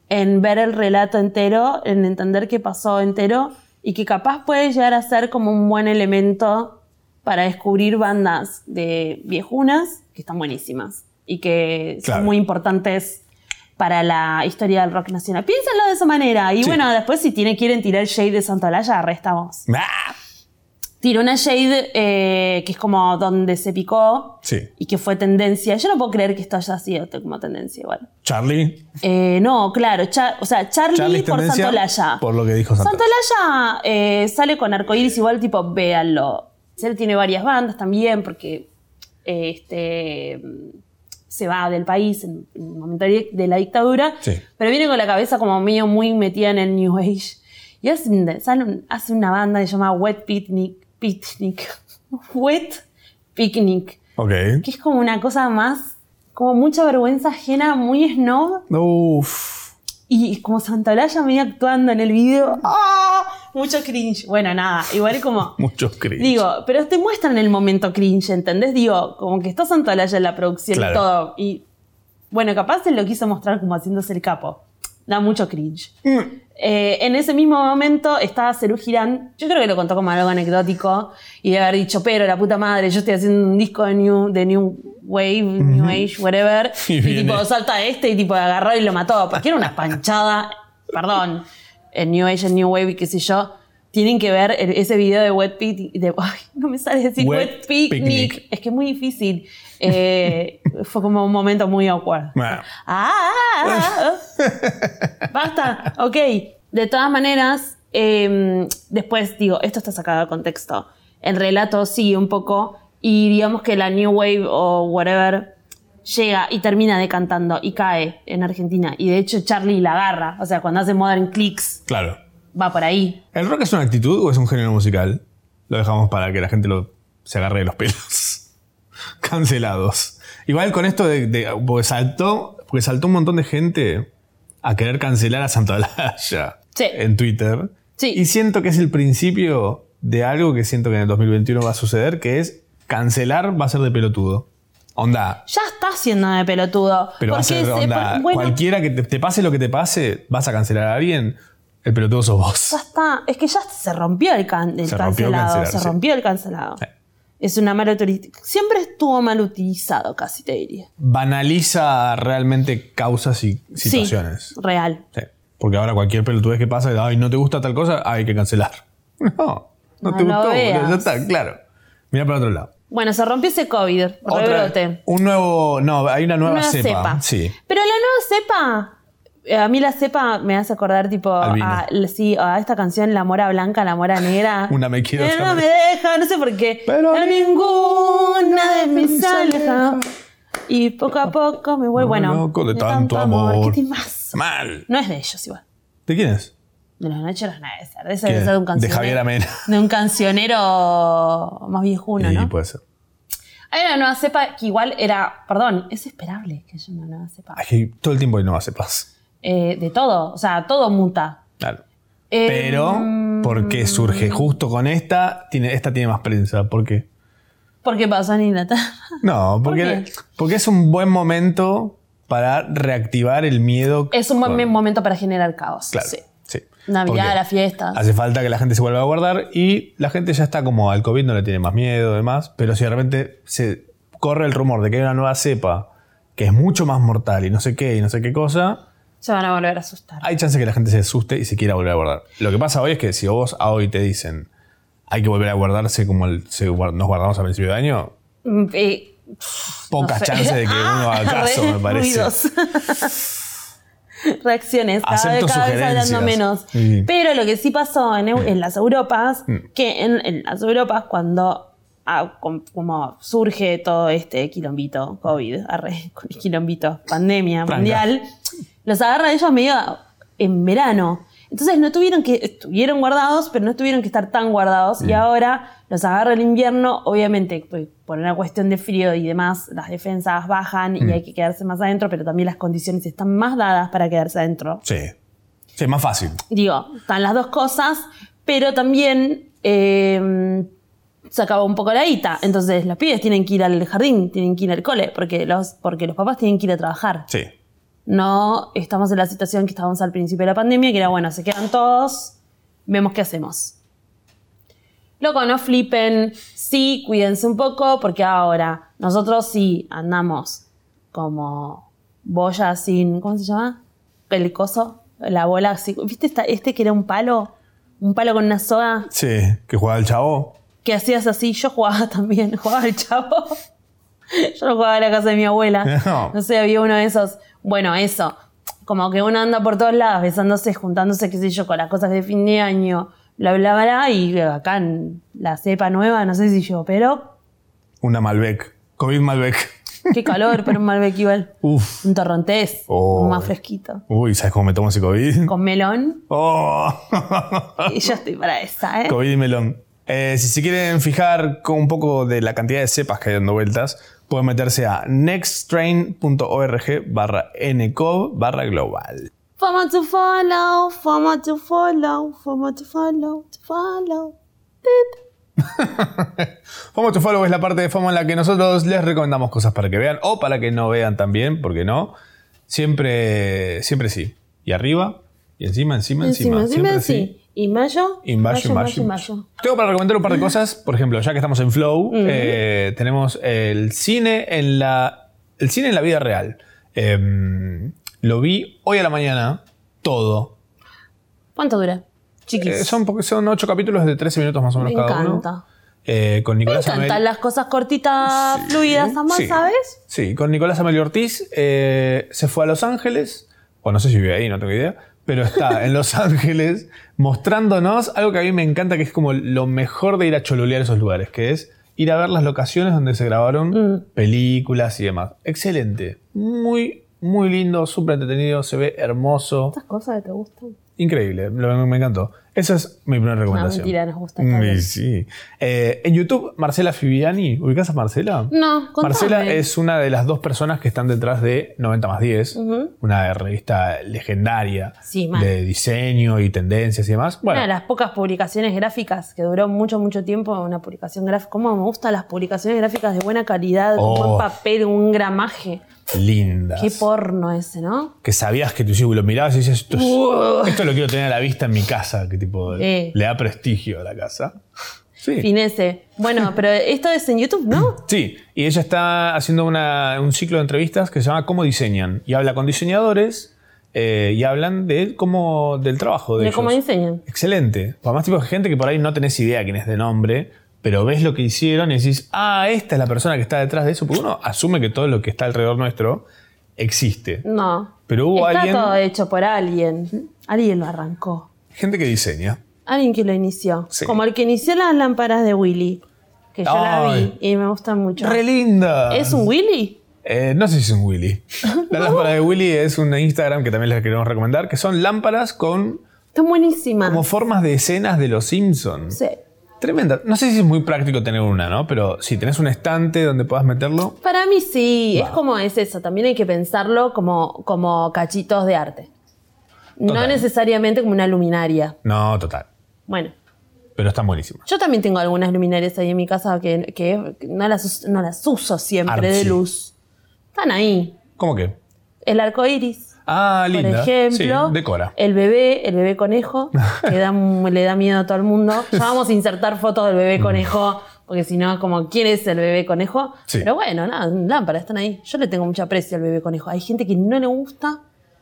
Speaker 1: en ver el relato entero, en entender qué pasó entero y que capaz puede llegar a ser como un buen elemento para descubrir bandas de viejunas que están buenísimas y que
Speaker 2: Claro.
Speaker 1: son muy importantes para la historia del rock nacional. Piénsenlo de esa manera y
Speaker 2: Sí.
Speaker 1: bueno, después si tiene, quieren tirar Shade de Santolaya, arrestamos.
Speaker 2: ¡Ah!
Speaker 1: Tiró una Shade eh, que es como donde se picó
Speaker 2: Sí.
Speaker 1: y que fue tendencia. Yo no puedo creer que esto haya sido te- como tendencia igual.
Speaker 2: Charlie.
Speaker 1: Eh, no, claro, Cha- o sea, Charlie,
Speaker 2: Charlie es
Speaker 1: por
Speaker 2: tendencia
Speaker 1: Santolaya.
Speaker 2: por lo que dijo Santolaya.
Speaker 1: Santolaya eh, sale con arcoíris igual, tipo, véanlo. Él tiene varias bandas también porque eh, este, mm, se va del país en, en el momento de de la dictadura,
Speaker 2: Sí.
Speaker 1: pero viene con la cabeza como medio muy metida en el New Age. Y hace, un- sale un- hace una banda que se llama Wet Picnic. Picnic. Wet Picnic
Speaker 2: Ok.
Speaker 1: que es como una cosa más, como mucha vergüenza ajena, muy snob.
Speaker 2: Uf.
Speaker 1: Y como Santalaya medio actuando en el video. ¡Ah! Mucho cringe. Bueno, nada, igual como.
Speaker 2: Muchos cringe.
Speaker 1: Digo, pero te muestran el momento cringe, ¿entendés? Digo, como que está Santalaya en la producción
Speaker 2: Claro.
Speaker 1: y todo. Y bueno, capaz él lo quiso mostrar como haciéndose el capo. Da mucho cringe. Eh, en ese mismo momento estaba Cerú Girán, yo creo que lo contó como algo anecdótico, y de haber dicho, pero la puta madre, yo estoy haciendo un disco de New, de new Wave, New Age, whatever,
Speaker 2: Y
Speaker 1: y,
Speaker 2: viene.
Speaker 1: tipo salta este y tipo agarró y lo mató, porque era una panchada, perdón, el New Age, el New Wave y qué sé yo. Tienen que ver el- ese video de Wet Picnic. De, ay, no me sale decir
Speaker 2: Wet
Speaker 1: Wet, picnic.
Speaker 2: Picnic.
Speaker 1: Es que es muy difícil. Eh, fue como un momento muy awkward.
Speaker 2: Bueno.
Speaker 1: Ah, ah, ah. Basta, ok. De todas maneras, eh, después digo, esto está sacado de contexto. El relato sigue un poco y digamos que la New Wave o whatever llega y termina decantando y cae en Argentina. Y de hecho Charlie la agarra. O sea, cuando hace Modern Clicks,
Speaker 2: Claro.
Speaker 1: va por ahí.
Speaker 2: ¿El rock es una actitud o es un género musical? Lo dejamos para que la gente lo, se agarre de los pelos. Cancelados. Igual con esto de, de- porque saltó, porque saltó un montón de gente a querer cancelar a Santolaya
Speaker 1: Sí.
Speaker 2: en Twitter.
Speaker 1: Sí.
Speaker 2: Y siento que es el principio de algo que siento que en el 2021 va a suceder, que es cancelar va a ser de pelotudo. Onda,
Speaker 1: Ya está siendo de pelotudo.
Speaker 2: pero va a
Speaker 1: Porque
Speaker 2: ser
Speaker 1: se-
Speaker 2: onda.
Speaker 1: por- bueno,
Speaker 2: Cualquiera que te, te pase lo que te pase, vas a cancelar a alguien. El pelotudo sos vos.
Speaker 1: Ya está. Es que ya se rompió el, can- el
Speaker 2: Se rompió el
Speaker 1: cancelado.
Speaker 2: cancelar,
Speaker 1: se
Speaker 2: sí.
Speaker 1: rompió el cancelado.
Speaker 2: Sí.
Speaker 1: Es una mala utilización. Siempre estuvo mal utilizado, casi te diría.
Speaker 2: banaliza realmente causas y
Speaker 1: Sí,
Speaker 2: situaciones.
Speaker 1: real.
Speaker 2: Sí. Porque ahora cualquier pelotudez que pasa, ay, no te gusta tal cosa, hay que cancelar. No, no,
Speaker 1: No
Speaker 2: te
Speaker 1: lo
Speaker 2: gustó,
Speaker 1: veas.
Speaker 2: boludo, ya está, claro. Mira para otro lado.
Speaker 1: Bueno, se rompió ese COVID, rebrote.
Speaker 2: un nuevo, no, hay una nueva,
Speaker 1: Nueva
Speaker 2: cepa.
Speaker 1: cepa.
Speaker 2: Sí.
Speaker 1: Pero la nueva cepa, eh, a mí la cepa me hace acordar tipo
Speaker 2: Al vino.
Speaker 1: a, sí, a esta canción La Mora Blanca, La Mora Negra.
Speaker 2: Una me quiero
Speaker 1: Eh, No
Speaker 2: saber.
Speaker 1: me deja, no sé por qué.
Speaker 2: Pero
Speaker 1: a ninguna de mis aleja. Y poco a poco me vuelvo,
Speaker 2: Me
Speaker 1: bueno,
Speaker 2: loco de tanto amor.
Speaker 1: ¿Qué timazo.
Speaker 2: Mal.
Speaker 1: No es de ellos igual.
Speaker 2: ¿De quién es?
Speaker 1: De los Nachos los Navesar. De, esa,
Speaker 2: ¿Qué?
Speaker 1: de esa de un
Speaker 2: De
Speaker 1: cancionero.
Speaker 2: Javier Amena.
Speaker 1: De un cancionero más viejuno,
Speaker 2: y
Speaker 1: ¿no?
Speaker 2: puede ser.
Speaker 1: Hay una nueva cepa que igual era, perdón, es esperable que haya una nueva cepa.
Speaker 2: Ay, todo el tiempo hay nuevas cepas.
Speaker 1: Eh, de todo, o sea, todo muta.
Speaker 2: Claro.
Speaker 1: Eh,
Speaker 2: Pero, ¿por
Speaker 1: Em,
Speaker 2: qué surge justo con esta? Tiene, esta tiene más prensa. ¿Por qué?
Speaker 1: ¿Por qué pasó en Inglaterra?
Speaker 2: No, porque,
Speaker 1: qué?
Speaker 2: porque es un buen momento para reactivar el miedo.
Speaker 1: Es un buen
Speaker 2: con-
Speaker 1: momento para generar caos.
Speaker 2: Claro.
Speaker 1: sí.
Speaker 2: sí.
Speaker 1: Navidad,
Speaker 2: Porque
Speaker 1: la fiesta.
Speaker 2: Hace falta que la gente se vuelva a guardar y la gente ya está como al COVID, no le tiene más miedo, demás. Pero si de repente se corre el rumor de que hay una nueva cepa que es mucho más mortal y no sé qué y no sé qué cosa,
Speaker 1: Se van a volver a asustar.
Speaker 2: hay chance que la gente se asuste y se quiera volver a guardar. Lo que pasa hoy es que si vos a hoy te dicen hay que volver a guardarse como el- se guar- nos guardamos a principio de año,
Speaker 1: Mm, eh,
Speaker 2: pocas
Speaker 1: no sé.
Speaker 2: chances de que uno
Speaker 1: Ah,
Speaker 2: haga caso,
Speaker 1: re-
Speaker 2: me parece.
Speaker 1: ruidos. Reacciones, cada,
Speaker 2: Acepto
Speaker 1: vez- cada vez
Speaker 2: sugerencias.
Speaker 1: hablando menos.
Speaker 2: Sí. Mm.
Speaker 1: Pero lo que sí pasó en, Eu- en las Europas, que en, en las Europas cuando ah, com- como surge todo este quilombito COVID, arre, con el quilombito, pandemia
Speaker 2: Tranca.
Speaker 1: mundial, los agarra ellos medio en verano. Entonces no tuvieron que, estuvieron guardados, pero no tuvieron que estar tan guardados. Y ahora los agarra el invierno, obviamente pues, por una cuestión de frío y demás, las defensas bajan y hay que quedarse más adentro, pero también las condiciones están más dadas para quedarse adentro.
Speaker 2: Sí. Sí, más fácil.
Speaker 1: Digo, están las dos cosas, pero también eh, se acabó un poco la guita. Entonces los pibes tienen que ir al jardín, tienen que ir al cole, porque los, porque los papás tienen que ir a trabajar
Speaker 2: Sí.
Speaker 1: no estamos en la situación que estábamos al principio de la pandemia, que era bueno, se quedan todos, vemos qué hacemos. Loco, no flipen, sí, cuídense un poco, porque ahora nosotros sí andamos como boya sin, ¿cómo se llama? El coso, la bola, así. ¿viste esta- este que era un palo? Un palo con una soga
Speaker 2: Sí. Que jugaba el chavo.
Speaker 1: que hacías así, yo jugaba también, jugaba al chavo. Yo no jugaba en la casa de mi abuela.
Speaker 2: No.
Speaker 1: No. sé, había uno de esos. Bueno, eso. Como que uno anda por todos lados, besándose, juntándose, qué sé yo, con las cosas de fin de año, bla, bla, bla. Y acá en la cepa nueva, no sé si yo, pero
Speaker 2: Una Malbec. COVID Malbec.
Speaker 1: qué calor, pero un Malbec igual.
Speaker 2: Uf.
Speaker 1: Un torrontés,
Speaker 2: Oh.
Speaker 1: más fresquito.
Speaker 2: Uy, ¿sabes cómo me tomo ese COVID?
Speaker 1: Con melón.
Speaker 2: Oh.
Speaker 1: Y yo estoy para esa, ¿eh?
Speaker 2: COVID y melón. Eh, si se quieren fijar con un poco de la cantidad de cepas que hay dando vueltas, pueden meterse a nexttrain.org barra ncov barra global.
Speaker 1: Fama to follow, fama to follow, fama to follow, to follow.
Speaker 2: FOMO to Follow es la parte de FOMO en la que nosotros les recomendamos cosas para que vean o para que no vean también, porque no. Siempre, siempre sí. Y arriba, y encima, encima,
Speaker 1: Encima,
Speaker 2: encima.
Speaker 1: encima,
Speaker 2: siempre sí.
Speaker 1: sí. Y mayo.
Speaker 2: Y mayo, mayo, Tengo para recomendar un par de cosas. Por ejemplo, ya que estamos en Flow, eh, tenemos el cine en la. El cine en la vida real. Em, lo vi hoy a la mañana, todo.
Speaker 1: ¿Cuánto dura? Chiquis.
Speaker 2: Eh, son, porque son ocho capítulos de 13 minutos más o menos
Speaker 1: Me
Speaker 2: cada uno.
Speaker 1: encanta.
Speaker 2: Eh, con
Speaker 1: Me
Speaker 2: Nicolás
Speaker 1: encantan
Speaker 2: Amel-
Speaker 1: las cosas cortitas, fluidas, amor,
Speaker 2: Sí.
Speaker 1: ¿sabes?
Speaker 2: Sí, con Nicolás Amelio Ortiz eh, se fue a Los Ángeles, o no sé si vive ahí, no tengo idea, pero está en Los Ángeles mostrándonos algo que a mí me encanta, que es como lo mejor de ir a cholulear esos lugares, que es ir a ver las locaciones donde se grabaron películas y demás. Excelente, muy, muy lindo, súper entretenido, se ve hermoso,
Speaker 1: Estas cosas que te gustan.
Speaker 2: increíble, lo- me encantó. Esa es mi primera recomendación.
Speaker 1: mentira, nos gusta esta
Speaker 2: Mm,
Speaker 1: vez.
Speaker 2: sí. Eh, en YouTube, Marcela Fiviani, ¿ubicás a Marcela?
Speaker 1: No, contame.
Speaker 2: Marcela es una de las dos personas que están detrás de 90 más 10, una revista legendaria
Speaker 1: Sí, mal.
Speaker 2: de diseño y tendencias y demás. Bueno,
Speaker 1: Una de las pocas publicaciones gráficas que duró mucho, mucho tiempo, una publicación gráfica. ¿Cómo me gustan las publicaciones gráficas de buena calidad,
Speaker 2: Oh.
Speaker 1: con buen papel, un gramaje?
Speaker 2: lindas.
Speaker 1: Qué porno ese, ¿no?
Speaker 2: que sabías que tu hijo lo mirabas y dices, esto, es- esto lo quiero tener a la vista en mi casa, que tipo
Speaker 1: Eh.
Speaker 2: le da prestigio a la casa. Sí.
Speaker 1: Finese. Bueno, pero esto es en YouTube, ¿no?
Speaker 2: Sí, y ella está haciendo una- un ciclo de entrevistas que se llama ¿Cómo diseñan? Y habla con diseñadores, eh, y hablan de cómo, del trabajo de,
Speaker 1: De
Speaker 2: ellos.
Speaker 1: cómo diseñan.
Speaker 2: Excelente. Para más tipos de gente que por ahí no tenés idea quién es de nombre, pero ves lo que hicieron y decís, ah, esta es la persona que está detrás de eso, porque uno asume que todo lo que está alrededor nuestro existe.
Speaker 1: No.
Speaker 2: Pero hubo
Speaker 1: Está
Speaker 2: alguien-
Speaker 1: todo hecho por alguien. Alguien lo arrancó.
Speaker 2: Gente que diseña.
Speaker 1: Alguien que lo inició.
Speaker 2: Sí.
Speaker 1: Como el que inició las lámparas de Willy. Que yo la
Speaker 2: Ay.
Speaker 1: vi y me gustan mucho.
Speaker 2: ¡Re linda!
Speaker 1: ¿Es un Willy?
Speaker 2: Eh, no sé si es un Willy. La lámpara de Willy es un Instagram que también les queremos recomendar, que son lámparas con
Speaker 1: Están buenísimas.
Speaker 2: como formas de escenas de los Simpsons.
Speaker 1: Sí.
Speaker 2: Tremenda. No sé si es muy práctico tener una, ¿no? Pero si tenés un estante donde puedas meterlo,
Speaker 1: Para mí sí, es como es eso, también hay que pensarlo como, como cachitos de arte. No
Speaker 2: Total.
Speaker 1: necesariamente como una luminaria.
Speaker 2: no, total.
Speaker 1: Bueno,
Speaker 2: Pero están buenísimas.
Speaker 1: yo también tengo algunas luminarias ahí en mi casa que, que no, las, us- no las uso siempre de
Speaker 2: Archi.
Speaker 1: luz. Están ahí.
Speaker 2: ¿Cómo que?
Speaker 1: El arco iris,
Speaker 2: Ah,
Speaker 1: por
Speaker 2: linda.
Speaker 1: ejemplo.
Speaker 2: Sí, decora.
Speaker 1: El bebé, el bebé conejo, que da, le da miedo a todo el mundo. Ya vamos a insertar fotos del
Speaker 2: Mm.
Speaker 1: bebé conejo, porque si no, como, ¿quién es el bebé conejo?
Speaker 2: Sí.
Speaker 1: Pero bueno, nada, lámparas están ahí. Yo le tengo mucho aprecio al bebé conejo. Hay gente que no le gusta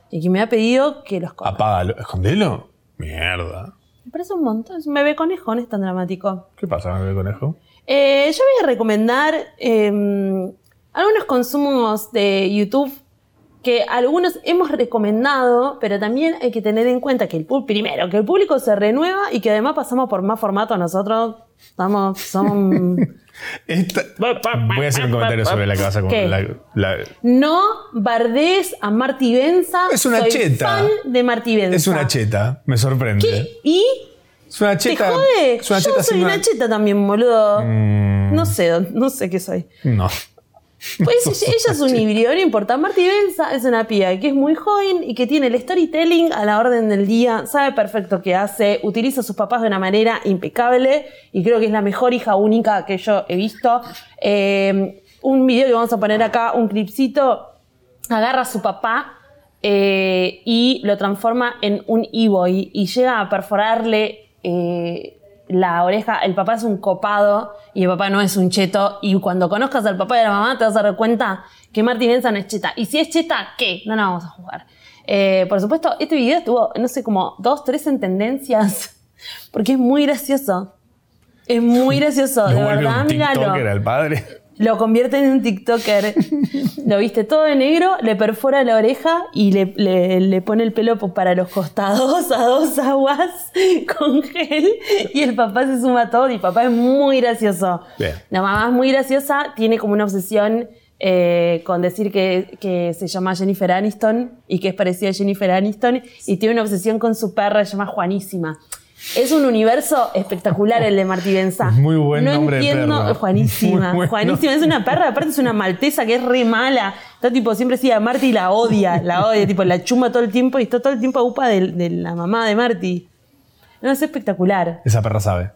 Speaker 1: y que me ha pedido que los compre.
Speaker 2: Apágalo. ¿Escondelo? Mierda.
Speaker 1: Me parece un montón. Es un bebé conejo, no es tan dramático.
Speaker 2: ¿Qué pasa con el conejo?
Speaker 1: Eh, yo voy a recomendar eh, algunos consumos de YouTube que algunos hemos recomendado, pero también hay que tener en cuenta que el público, primero, que el público se renueva y que además pasamos por más formatos nosotros. Estamos, somos...
Speaker 2: Esta- Voy a hacer un comentario sobre la que vas a
Speaker 1: ¿Qué?
Speaker 2: la, la-
Speaker 1: no bardees a Marty Benza.
Speaker 2: Es una
Speaker 1: Soy
Speaker 2: cheta.
Speaker 1: fan de Marty Benza.
Speaker 2: Es una cheta, me sorprende.
Speaker 1: Y
Speaker 2: Es una
Speaker 1: te
Speaker 2: cheta.
Speaker 1: jode.
Speaker 2: Es una
Speaker 1: Yo
Speaker 2: cheta
Speaker 1: soy
Speaker 2: sin
Speaker 1: una
Speaker 2: una- Mm.
Speaker 1: cheta también, boludo. No sé, no sé qué soy.
Speaker 2: No.
Speaker 1: Pues ella, ella es un híbrido, no importa. Marty Benza es una piba que es muy joven y que tiene el storytelling a la orden del día, sabe perfecto qué hace, utiliza a sus papás de una manera impecable y creo que es la mejor hija única que yo he visto. Eh, un video que vamos a poner acá, un clipcito, agarra a su papá eh, y lo transforma en un e-boy y llega a perforarle eh, la oreja. El papá es un copado y el papá no es un cheto. Y cuando conozcas al papá y a la mamá te vas a dar cuenta que Martín Enza no es cheta. Y si es cheta, ¿qué? No la vamos a jugar. Eh, por supuesto, este video estuvo, no sé, como dos, tres en tendencias porque es muy gracioso. Es muy gracioso,
Speaker 2: Lo
Speaker 1: de
Speaker 2: vuelve
Speaker 1: verdad,
Speaker 2: un TikToker
Speaker 1: míralo.
Speaker 2: al padre.
Speaker 1: Lo convierte en un TikToker. lo viste todo de negro, le perfora la oreja y le, le- le pone el pelo po- para los costados a dos aguas con gel. Y el papá se suma a todo y papá es muy gracioso.
Speaker 2: Bien.
Speaker 1: La mamá es muy graciosa, tiene como una obsesión eh, con decir que, que se llama Jennifer Aniston y que es parecida a Jennifer Aniston. Y tiene una obsesión con su perra, se llama Juanísima. Es un universo espectacular el de Martí Benza.
Speaker 2: Muy buen
Speaker 1: no
Speaker 2: nombre de
Speaker 1: entiendo,
Speaker 2: perra.
Speaker 1: Juanísima.
Speaker 2: Muy bueno.
Speaker 1: Juanísima es una perra, aparte es una maltesa que es re mala. Está tipo, siempre sigue a Marty y la odia, la odia, tipo, la chuma todo el tiempo y está todo el tiempo a upa de, de la mamá de Marty. No, es espectacular.
Speaker 2: Esa perra sabe.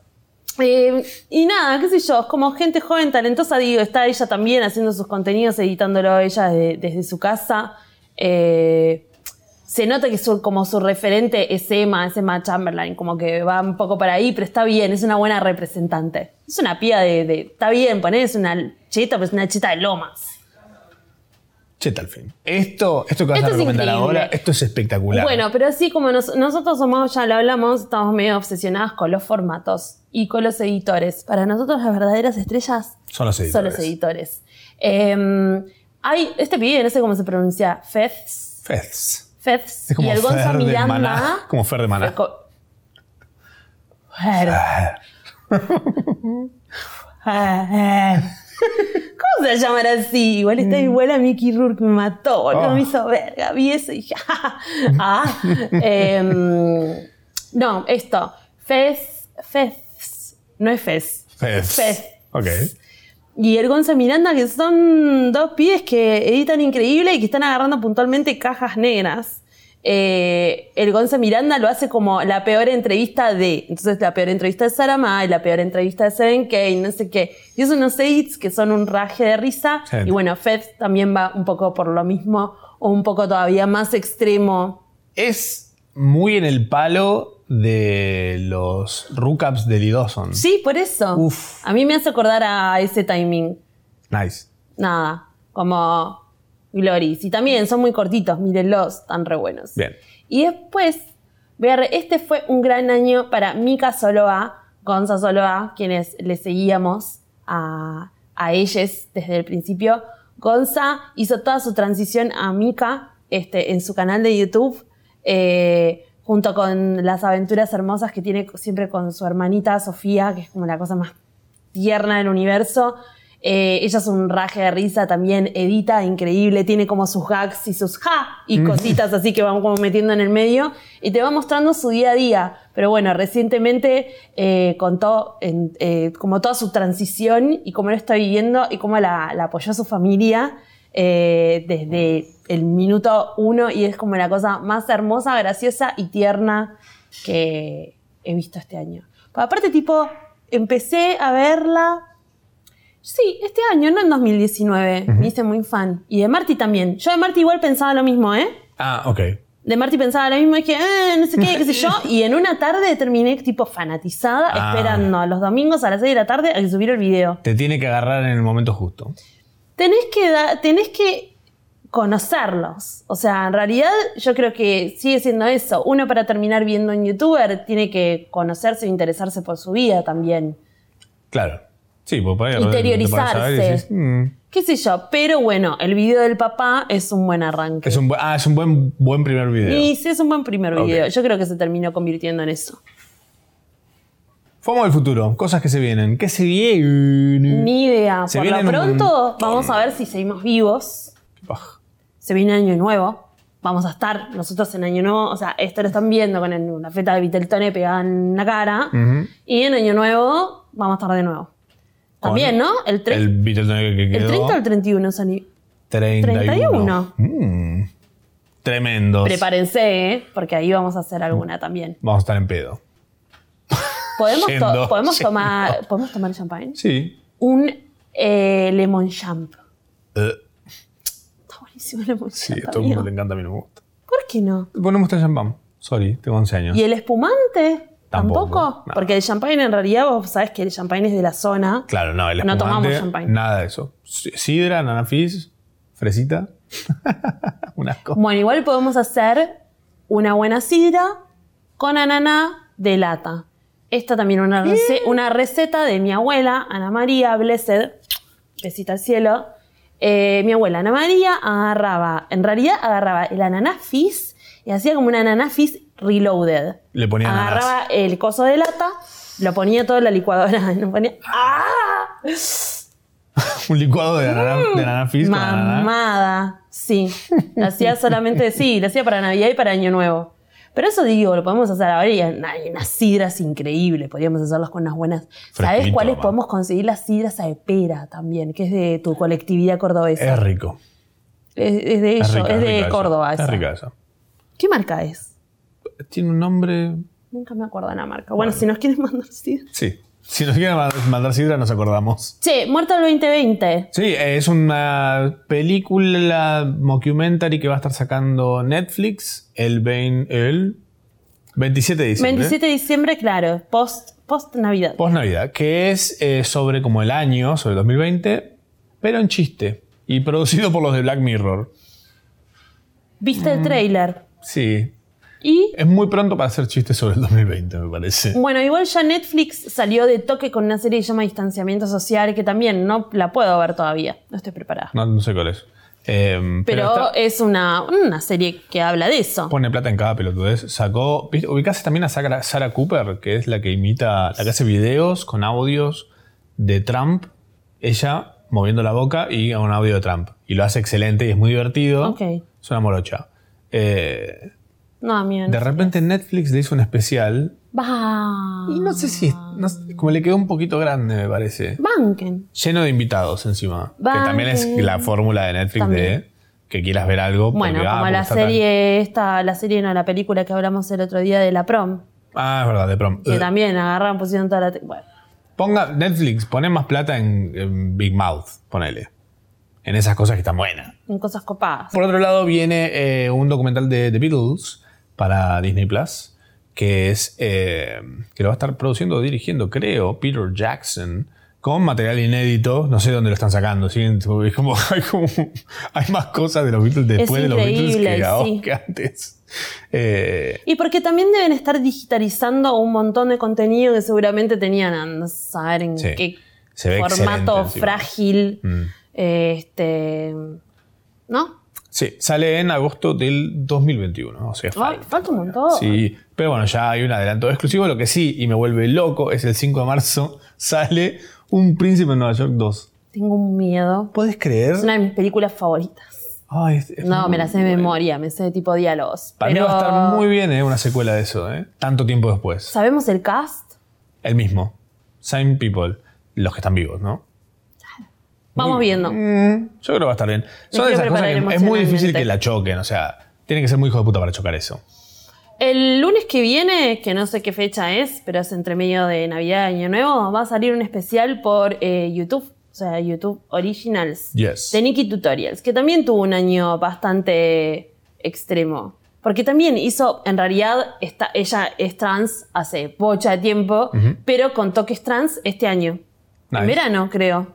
Speaker 1: Eh, y nada, qué sé yo, es como gente joven, talentosa, digo, está ella también haciendo sus contenidos, editándolo ella desde, desde su casa. Eh, se nota que su- como su referente es Emma, es Emma Chamberlain, como que va un poco para ahí, pero está bien, es una buena representante. Es una pía de, de- está bien, poner es una cheta, pero es una cheta de lomas.
Speaker 2: Cheta al fin. Esto, esto que vas
Speaker 1: Esto
Speaker 2: a
Speaker 1: es
Speaker 2: recomendar
Speaker 1: increíble.
Speaker 2: ahora, esto es espectacular.
Speaker 1: Bueno, pero así como nos- nosotros somos, ya lo hablamos, estamos medio obsesionadas con los formatos y con los editores. Para nosotros las verdaderas estrellas
Speaker 2: Son los
Speaker 1: son
Speaker 2: editores.
Speaker 1: los editores. Eh, hay este pibe, no sé cómo se pronuncia, Fez,
Speaker 2: Fez.
Speaker 1: Fez
Speaker 2: Es como
Speaker 1: y el Gonza
Speaker 2: Fer de
Speaker 1: Miranda.
Speaker 2: Maná. Como Fer de Maná. Ah,
Speaker 1: Co- Fer, Fer. Ah, ¿Cómo se llamar así? Igual está igual a Mickey Rourke, me mató, boludo,
Speaker 2: Oh.
Speaker 1: me hizo verga, vi eso y dije, ah, ah. Em, no, esto, Fez, Fez, no es Fez,
Speaker 2: Fez.
Speaker 1: Fez.
Speaker 2: Ok.
Speaker 1: y el Gonza Miranda, que son dos pibes que editan increíble y que están agarrando puntualmente cajas negras. Eh, el Gonza Miranda lo hace como la peor entrevista de. Entonces, la peor entrevista de Sarama, la peor entrevista de Seven K, no sé qué. Y es unos edits que son un raje de risa.
Speaker 2: Sí.
Speaker 1: Y bueno, Fed también va un poco por lo mismo, o un poco todavía más extremo.
Speaker 2: Es muy en el palo de los rookups de Lee Dawson.
Speaker 1: Sí, por eso.
Speaker 2: Uf.
Speaker 1: A mí me hace acordar a ese timing.
Speaker 2: Nice.
Speaker 1: nada, como Glories. Y también son muy cortitos, mírenlos, están re buenos.
Speaker 2: Bien.
Speaker 1: Y después, voy a re- este fue un gran año para Mika Soloa, Gonza Soloa, quienes le seguíamos a, a ellos desde el principio. Gonza hizo toda su transición a Mika este, en su canal de YouTube, eh, junto con las aventuras hermosas que tiene siempre con su hermanita Sofía, que es como la cosa más tierna del universo. Eh, ella es un raje de risa también, edita, increíble, tiene como sus gags y sus ja y cositas así que vamos como metiendo en el medio y te va mostrando su día a día. Pero bueno, recientemente eh, contó en- eh, como toda su transición y cómo lo está viviendo y cómo la, la apoyó su familia eh, desde el minuto uno y es como la cosa más hermosa, graciosa y tierna que he visto este año. Pero aparte, tipo, empecé a verla Sí, este año, no en 2019. Me hice muy fan. Y de Marty también. Yo de Marty igual pensaba lo mismo, ¿eh?
Speaker 2: Ah, ok.
Speaker 1: De Marty pensaba lo mismo, dije, eh, no sé qué, qué sé yo. Y en una tarde terminé tipo fanatizada,
Speaker 2: Ah.
Speaker 1: esperando los domingos a las 6 de la tarde a que subiera el video.
Speaker 2: Te tiene que agarrar en el momento justo.
Speaker 1: Tenés que, da- tenés que conocerlos. O sea, en realidad yo creo que sigue siendo eso. Uno para terminar viendo a un youtuber tiene que conocerse e interesarse por su vida también.
Speaker 2: Claro. Sí, pues para
Speaker 1: Interiorizarse.
Speaker 2: "Mm,
Speaker 1: Qué sé yo, pero bueno, el video del papá es un buen arranque.
Speaker 2: Es un, bu- ah, es un buen, buen primer video.
Speaker 1: Y sí, es un buen primer
Speaker 2: Ok.
Speaker 1: video. Yo creo que se terminó convirtiendo en eso.
Speaker 2: Fomo del futuro, cosas que se vienen. ¿Qué se viene?
Speaker 1: Ni idea.
Speaker 2: Se
Speaker 1: Por lo
Speaker 2: vienen un
Speaker 1: pronto, vamos a ver si seguimos vivos.
Speaker 2: Baj.
Speaker 1: Se viene Año Nuevo. Vamos a estar nosotros en Año Nuevo. O sea, esto lo están viendo con el- una feta de Viteltoné pegada en la cara. Y en Año Nuevo vamos a estar de nuevo.
Speaker 2: Con
Speaker 1: También, ¿no? El, tre-
Speaker 2: El Beatles que
Speaker 1: el
Speaker 2: quedó.
Speaker 1: 30 o el 31 son i- 31.
Speaker 2: 31. Mm. Tremendos.
Speaker 1: Prepárense, ¿eh? porque ahí vamos a hacer alguna también.
Speaker 2: Vamos a estar en pedo.
Speaker 1: ¿Podemos, to-
Speaker 2: Yendo,
Speaker 1: podemos,
Speaker 2: yendo.
Speaker 1: tomar, ¿podemos tomar champagne?
Speaker 2: Sí.
Speaker 1: Un eh, lemon champ.
Speaker 2: Eh,
Speaker 1: Está buenísimo el lemon
Speaker 2: sí,
Speaker 1: champ,
Speaker 2: a todo el mundo
Speaker 1: amigo.
Speaker 2: le encanta, a mí no me gusta.
Speaker 1: ¿Por qué no?
Speaker 2: Bueno, me gusta el champán. Sorry, tengo 11 años.
Speaker 1: ¿Y el espumante?
Speaker 2: Tampoco,
Speaker 1: ¿Tampoco?
Speaker 2: no.
Speaker 1: Porque el champagne en realidad vos sabés que el champagne es de la zona.
Speaker 2: Claro, no, el
Speaker 1: No
Speaker 2: espumante,
Speaker 1: tomamos champagne.
Speaker 2: Nada de eso. Si- Sidra, nanafis, fresita. Unas cosas.
Speaker 1: Bueno, igual podemos hacer una buena sidra con ananá de lata. Esta también una, rece- una receta de mi abuela, Ana María Blessed, besita al cielo. Eh, mi abuela Ana María agarraba, en realidad agarraba el ananá fizz y hacía como un ananá fizz reloaded.
Speaker 2: Le ponía ananás.
Speaker 1: Agarraba el coso de lata, lo ponía todo en la licuadora, lo ponía... ¡Ah!
Speaker 2: Un licuado de
Speaker 1: Mm,
Speaker 2: ananá- de nanafis con ananá.
Speaker 1: Mamada. Sí. Lo hacía solamente, sí, lo hacía para Navidad y para Año Nuevo. Pero eso digo, lo podemos hacer ahora y en- hay unas sidras increíbles. Podríamos hacerlas con unas buenas. ¿Sabes
Speaker 2: Fresquito,
Speaker 1: cuáles
Speaker 2: va.
Speaker 1: podemos conseguir? Las sidras a pera también, que es de tu colectividad cordobesa.
Speaker 2: Es rico.
Speaker 1: es, es de
Speaker 2: Es,
Speaker 1: ellos,
Speaker 2: rica,
Speaker 1: es de
Speaker 2: rica esa.
Speaker 1: Córdoba.
Speaker 2: Es
Speaker 1: esa.
Speaker 2: rica esa.
Speaker 1: ¿Qué marca es?
Speaker 2: Tiene un nombre.
Speaker 1: Nunca me acuerdo de la marca. Bueno, si nos quieren mandar sidras.
Speaker 2: Sí. Si nos quieren ma- mandar sidra, nos acordamos.
Speaker 1: Che, Muerto el 2020.
Speaker 2: Sí, eh, es una película mockumentary que va a estar sacando Netflix el, vein- el 27 de diciembre.
Speaker 1: 27 de diciembre, claro. Post, post Navidad.
Speaker 2: Post Navidad, que es eh, sobre como el año, sobre el 2020, pero en chiste. Y producido por los de Black Mirror.
Speaker 1: Viste
Speaker 2: Mm.
Speaker 1: el trailer.
Speaker 2: Sí.
Speaker 1: Y
Speaker 2: Es muy pronto para hacer chistes sobre el 2020, me parece.
Speaker 1: Bueno, igual ya Netflix salió de toque con una serie que se llama Distanciamiento Social, que también no la puedo ver todavía. No estoy preparada.
Speaker 2: No, no sé cuál es. Em,
Speaker 1: Pero,
Speaker 2: Mm, está-
Speaker 1: es una, una serie que habla de eso.
Speaker 2: Pone plata en cada pelotudez. Sacó. ¿viste? Ubicaste también a Sara, Sarah Cooper, que es la que imita, la que hace videos con audios de Trump. Ella moviendo la boca y un audio de Trump. Y lo hace excelente y es muy divertido.
Speaker 1: Ok.
Speaker 2: Es una morocha. Eh,
Speaker 1: No, amigo.
Speaker 2: de repente Netflix le hizo un especial.
Speaker 1: Va.
Speaker 2: Y no sé si. no sé- como le quedó un poquito grande, me parece.
Speaker 1: Banquen.
Speaker 2: Lleno de invitados encima. Que también es
Speaker 1: Vale.
Speaker 2: la fórmula de Netflix
Speaker 1: También.
Speaker 2: de que quieras ver algo.
Speaker 1: Bueno,
Speaker 2: porque, ah,
Speaker 1: como
Speaker 2: porque
Speaker 1: la
Speaker 2: está tan-
Speaker 1: serie esta, la serie no, la película que hablamos el otro día de la prom,
Speaker 2: Ah, es verdad, de prom.
Speaker 1: que
Speaker 2: Ugh.
Speaker 1: también agarraron, pusieron toda la... te- Bueno,
Speaker 2: Ponga Netflix, pone más plata en, en Big Mouth, ponele. En esas cosas que están buenas.
Speaker 1: en cosas copadas.
Speaker 2: Por otro lado, viene eh, un documental de The Beatles para Disney Plus, que es. eh, que lo va a estar produciendo o dirigiendo, creo, Peter Jackson, con material inédito, no sé dónde lo están sacando. ¿sí? Es como, hay, como, hay más cosas de los Beatles después de los Beatles que,
Speaker 1: increíble,
Speaker 2: ahora,
Speaker 1: sí.
Speaker 2: que antes. Eh,
Speaker 1: Y porque también deben estar digitalizando un montón de contenido que seguramente tenían a no saber en
Speaker 2: Sí.
Speaker 1: qué
Speaker 2: Se ve
Speaker 1: formato
Speaker 2: excelente encima.
Speaker 1: frágil.
Speaker 2: Mm.
Speaker 1: Este. ¿No?
Speaker 2: sí, sale en agosto del 2021. O sea,
Speaker 1: Ah,
Speaker 2: falta.
Speaker 1: falta un montón.
Speaker 2: Sí, pero bueno, ya hay un adelanto exclusivo. Lo que sí, y me vuelve loco, es el 5 de marzo sale Un Príncipe en Nueva York 2.
Speaker 1: Tengo un miedo.
Speaker 2: ¿Puedes creer?
Speaker 1: Es una de mis películas favoritas.
Speaker 2: Ay, es- es
Speaker 1: No,
Speaker 2: muy
Speaker 1: me la sé de
Speaker 2: buena.
Speaker 1: memoria, me sé de tipo diálogos.
Speaker 2: Para
Speaker 1: pero
Speaker 2: mí va a estar muy bien eh, una secuela de eso, ¿eh? Tanto tiempo después.
Speaker 1: ¿Sabemos el cast?
Speaker 2: El mismo. Same people. Los que están vivos, ¿no?
Speaker 1: Vamos viendo.
Speaker 2: Mm, yo creo que va a estar bien. Son
Speaker 1: quiero
Speaker 2: de esas cosas
Speaker 1: preparar
Speaker 2: que es muy difícil
Speaker 1: emocionalmente.
Speaker 2: que la choquen. O sea, tiene que ser muy hijo de puta para chocar eso.
Speaker 1: El lunes que viene, que no sé qué fecha es, pero es entre medio de Navidad y Año Nuevo, va a salir un especial por eh, YouTube. O sea, YouTube Originals.
Speaker 2: Yes.
Speaker 1: De Nikki Tutorials, que también tuvo un año bastante extremo. Porque también hizo, en realidad, está, ella es trans hace bocha de tiempo, pero con toques trans este año.
Speaker 2: Nice.
Speaker 1: En verano, creo.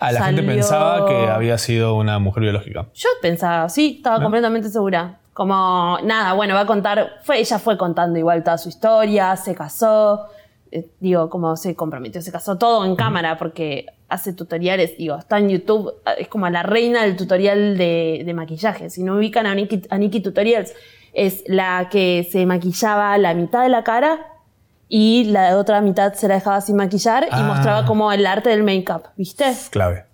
Speaker 2: Ah, la gente
Speaker 1: Salió-
Speaker 2: pensaba que había sido una mujer biológica.
Speaker 1: Yo pensaba, sí, estaba completamente segura. Como, nada, bueno, va a contar, fue, ella fue contando igual toda su historia, se casó, eh, digo, como se comprometió, se casó todo en cámara, porque hace tutoriales, digo, está en YouTube, eh, es como la reina del tutorial de, de maquillaje. Si no ubican a Nikki, a Nikki Tutorials, es la que se maquillaba la mitad de la cara y la otra mitad se la dejaba sin maquillar y
Speaker 2: Ah.
Speaker 1: mostraba como el arte del make-up, ¿viste?
Speaker 2: Clave.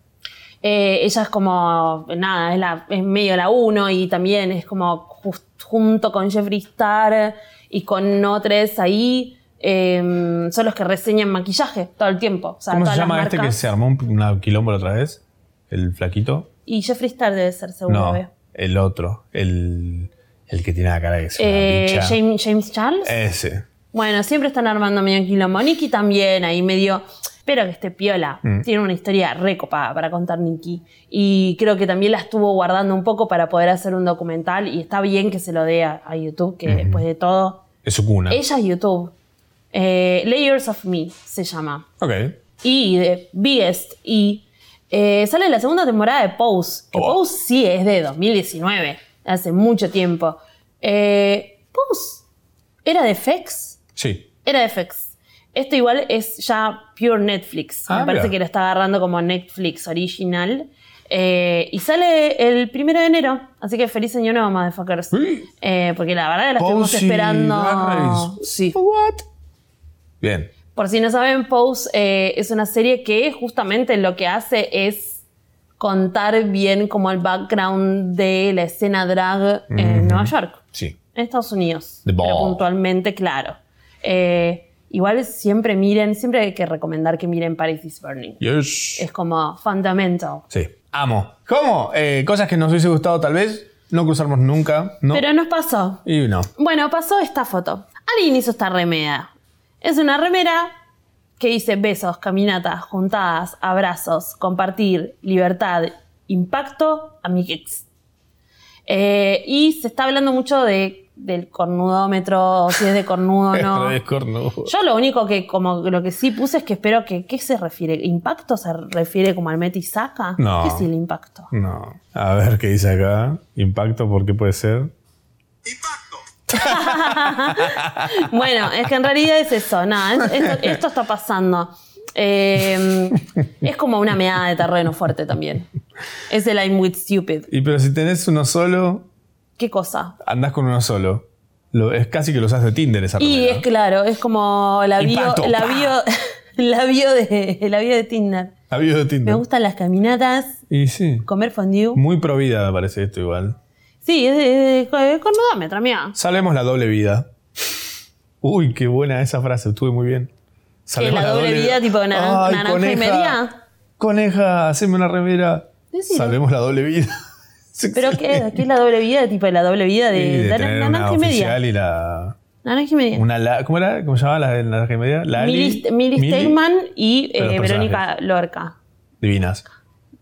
Speaker 1: Eh, ella es como, nada, es, la, es medio la uno y también es como jus- junto con Jeffree Star y con otros ahí, eh, son los que reseñan maquillaje todo el tiempo. O sea,
Speaker 2: ¿Cómo se
Speaker 1: todas las
Speaker 2: llama este que
Speaker 1: marcas.
Speaker 2: se armó un una quilombo la otra vez? ¿El flaquito?
Speaker 1: Y Jeffree Star debe ser seguro.
Speaker 2: No,
Speaker 1: veo.
Speaker 2: el otro. El, el que tiene la cara de que es una
Speaker 1: Eh,
Speaker 2: bicha.
Speaker 1: James, James Charles.
Speaker 2: Ese.
Speaker 1: Bueno, siempre están armando medio quilombo. Nicky también, ahí medio. Pero que esté piola. Tiene una historia recopada para contar Nicky. Y creo que también la estuvo guardando un poco para poder hacer un documental. Y está bien que se lo dé a, a YouTube, que después de todo.
Speaker 2: Es su cuna.
Speaker 1: Ella es YouTube. Eh, Layers of Me se llama.
Speaker 2: Ok.
Speaker 1: Y de Biggest. Y eh, sale la segunda temporada de Pose. Que
Speaker 2: Oh.
Speaker 1: Pose sí es de 2019. Hace mucho tiempo. Eh, Pose era de FX.
Speaker 2: Sí.
Speaker 1: Era de FX. Esto igual es ya pure Netflix.
Speaker 2: Ah,
Speaker 1: Me parece
Speaker 2: mira.
Speaker 1: que lo está agarrando como Netflix original. Eh, y sale el primero de enero. Así que feliz año nuevo, motherfuckers.
Speaker 2: Sí.
Speaker 1: Eh, porque la verdad que la estuvimos
Speaker 2: Posey,
Speaker 1: esperando.
Speaker 2: Garrays.
Speaker 1: Sí.
Speaker 2: What? Bien.
Speaker 1: Por si no saben, Pose eh, es una serie que justamente lo que hace es contar bien como el background de la escena drag en Nueva York.
Speaker 2: Sí.
Speaker 1: En Estados Unidos.
Speaker 2: The
Speaker 1: Pero
Speaker 2: ball.
Speaker 1: puntualmente, claro. Eh, igual siempre miren, siempre hay que recomendar que miren Paris is Burning.
Speaker 2: Yes.
Speaker 1: Es como fundamental.
Speaker 2: Sí. Amo. ¿Cómo? Eh, cosas que nos hubiese gustado tal vez. No cruzarnos nunca. No.
Speaker 1: Pero nos pasó.
Speaker 2: y no.
Speaker 1: Bueno, pasó esta foto. Alguien hizo esta remera. Es una remera que dice besos, caminatas, juntadas, abrazos, compartir, libertad, impacto, amiguetes. Eh, y se está hablando mucho de, del cornudómetro, si es de cornudo o no.
Speaker 2: Es re cornudo.
Speaker 1: Yo lo único que como lo que sí puse es que espero que ¿qué se refiere? ¿Impacto se refiere como al Meti Saca?
Speaker 2: No.
Speaker 1: ¿Qué es el impacto?
Speaker 2: No. A ver qué dice acá. Impacto, ¿por qué puede ser?
Speaker 1: Bueno, es que en realidad es eso, nada, es- esto, esto está pasando. Eh, es como una meada de terreno fuerte también. Es el I'm with stupid.
Speaker 2: Y pero si tenés uno solo,
Speaker 1: ¿Qué cosa?
Speaker 2: andás con uno solo. Lo- es casi que lo usás de Tinder esa
Speaker 1: Y
Speaker 2: remera.
Speaker 1: es claro, es como la bio,
Speaker 2: Impacto,
Speaker 1: la
Speaker 2: pa.
Speaker 1: bio, la bio de, la bio de Tinder.
Speaker 2: Ha habido de
Speaker 1: Me
Speaker 2: Tinder.
Speaker 1: gustan las caminatas,
Speaker 2: Y sí.
Speaker 1: comer fondue.
Speaker 2: Muy pro vida me parece esto igual.
Speaker 1: Sí, es de, es de cornudómetro, mía.
Speaker 2: Salvemos la doble vida. Uy, qué buena esa frase, estuve muy bien. Salvemos
Speaker 1: la doble vida, tipo naran- naranja y media?
Speaker 2: Coneja, haceme una remera.
Speaker 1: Decilo.
Speaker 2: Salvemos la doble vida. Es
Speaker 1: Pero
Speaker 2: excelente.
Speaker 1: que, que es la doble vida, tipo la doble vida de,
Speaker 2: Y de
Speaker 1: de
Speaker 2: tener
Speaker 1: la
Speaker 2: una
Speaker 1: naranja y media.
Speaker 2: oficial y la...
Speaker 1: Naranja y media.
Speaker 2: Una la- ¿Cómo era? ¿Cómo se llamaba la de naranja y media? Lali,
Speaker 1: Mili, Mili
Speaker 2: Mili.
Speaker 1: Steinman y
Speaker 2: Pero los
Speaker 1: eh, Verónica
Speaker 2: personajes.
Speaker 1: Lorca.
Speaker 2: Divinas.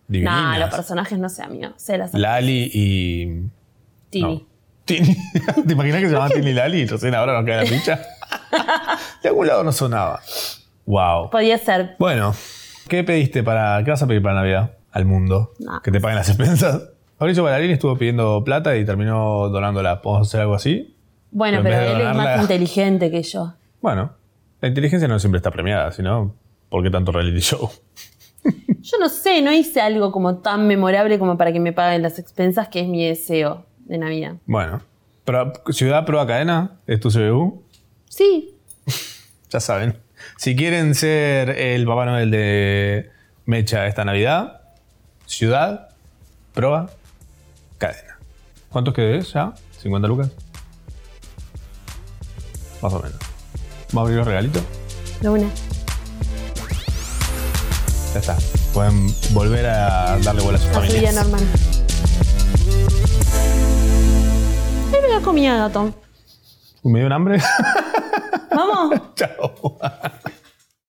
Speaker 2: Divinas.
Speaker 1: No, los personajes no sé, amigo. Sé las
Speaker 2: Lali y...
Speaker 1: Tini.
Speaker 2: No. Tini. ¿Te imaginas que se llamaba Tini Lali? Entonces ahora nos queda la ficha. De algún lado no sonaba. Wow.
Speaker 1: Podía ser.
Speaker 2: Bueno, ¿Qué pediste para. ¿Qué vas a pedir para Navidad? Al mundo.
Speaker 1: No.
Speaker 2: Que te paguen las expensas. Mauricio Ballarini estuvo pidiendo plata y terminó donándola. ¿Podemos hacer algo así?
Speaker 1: Bueno, pero,
Speaker 2: Pero en vez de
Speaker 1: él es
Speaker 2: donarla-
Speaker 1: más inteligente que yo.
Speaker 2: Bueno, la inteligencia no siempre está premiada, sino. ¿Por qué tanto reality show?
Speaker 1: Yo no sé, no hice algo como tan memorable como para que me paguen las expensas, que es mi deseo de Navidad.
Speaker 2: Bueno. Pro- ciudad prueba cadena, es tu CBU.
Speaker 1: Sí,
Speaker 2: Ya saben. Si quieren ser el Papá Noel de Mecha esta Navidad, ciudad, prueba, cadena. ¿Cuántos quedó ya? ¿50 lucas? Más o menos. ¿Vamos a abrir los regalitos?
Speaker 1: Luna.
Speaker 2: Ya está. Pueden volver a darle bola a sus
Speaker 1: A su vida
Speaker 2: familias.
Speaker 1: normal. Ay, me la comía, gato.
Speaker 2: ¿Me dio un hambre?
Speaker 1: Vamos.
Speaker 2: Chao.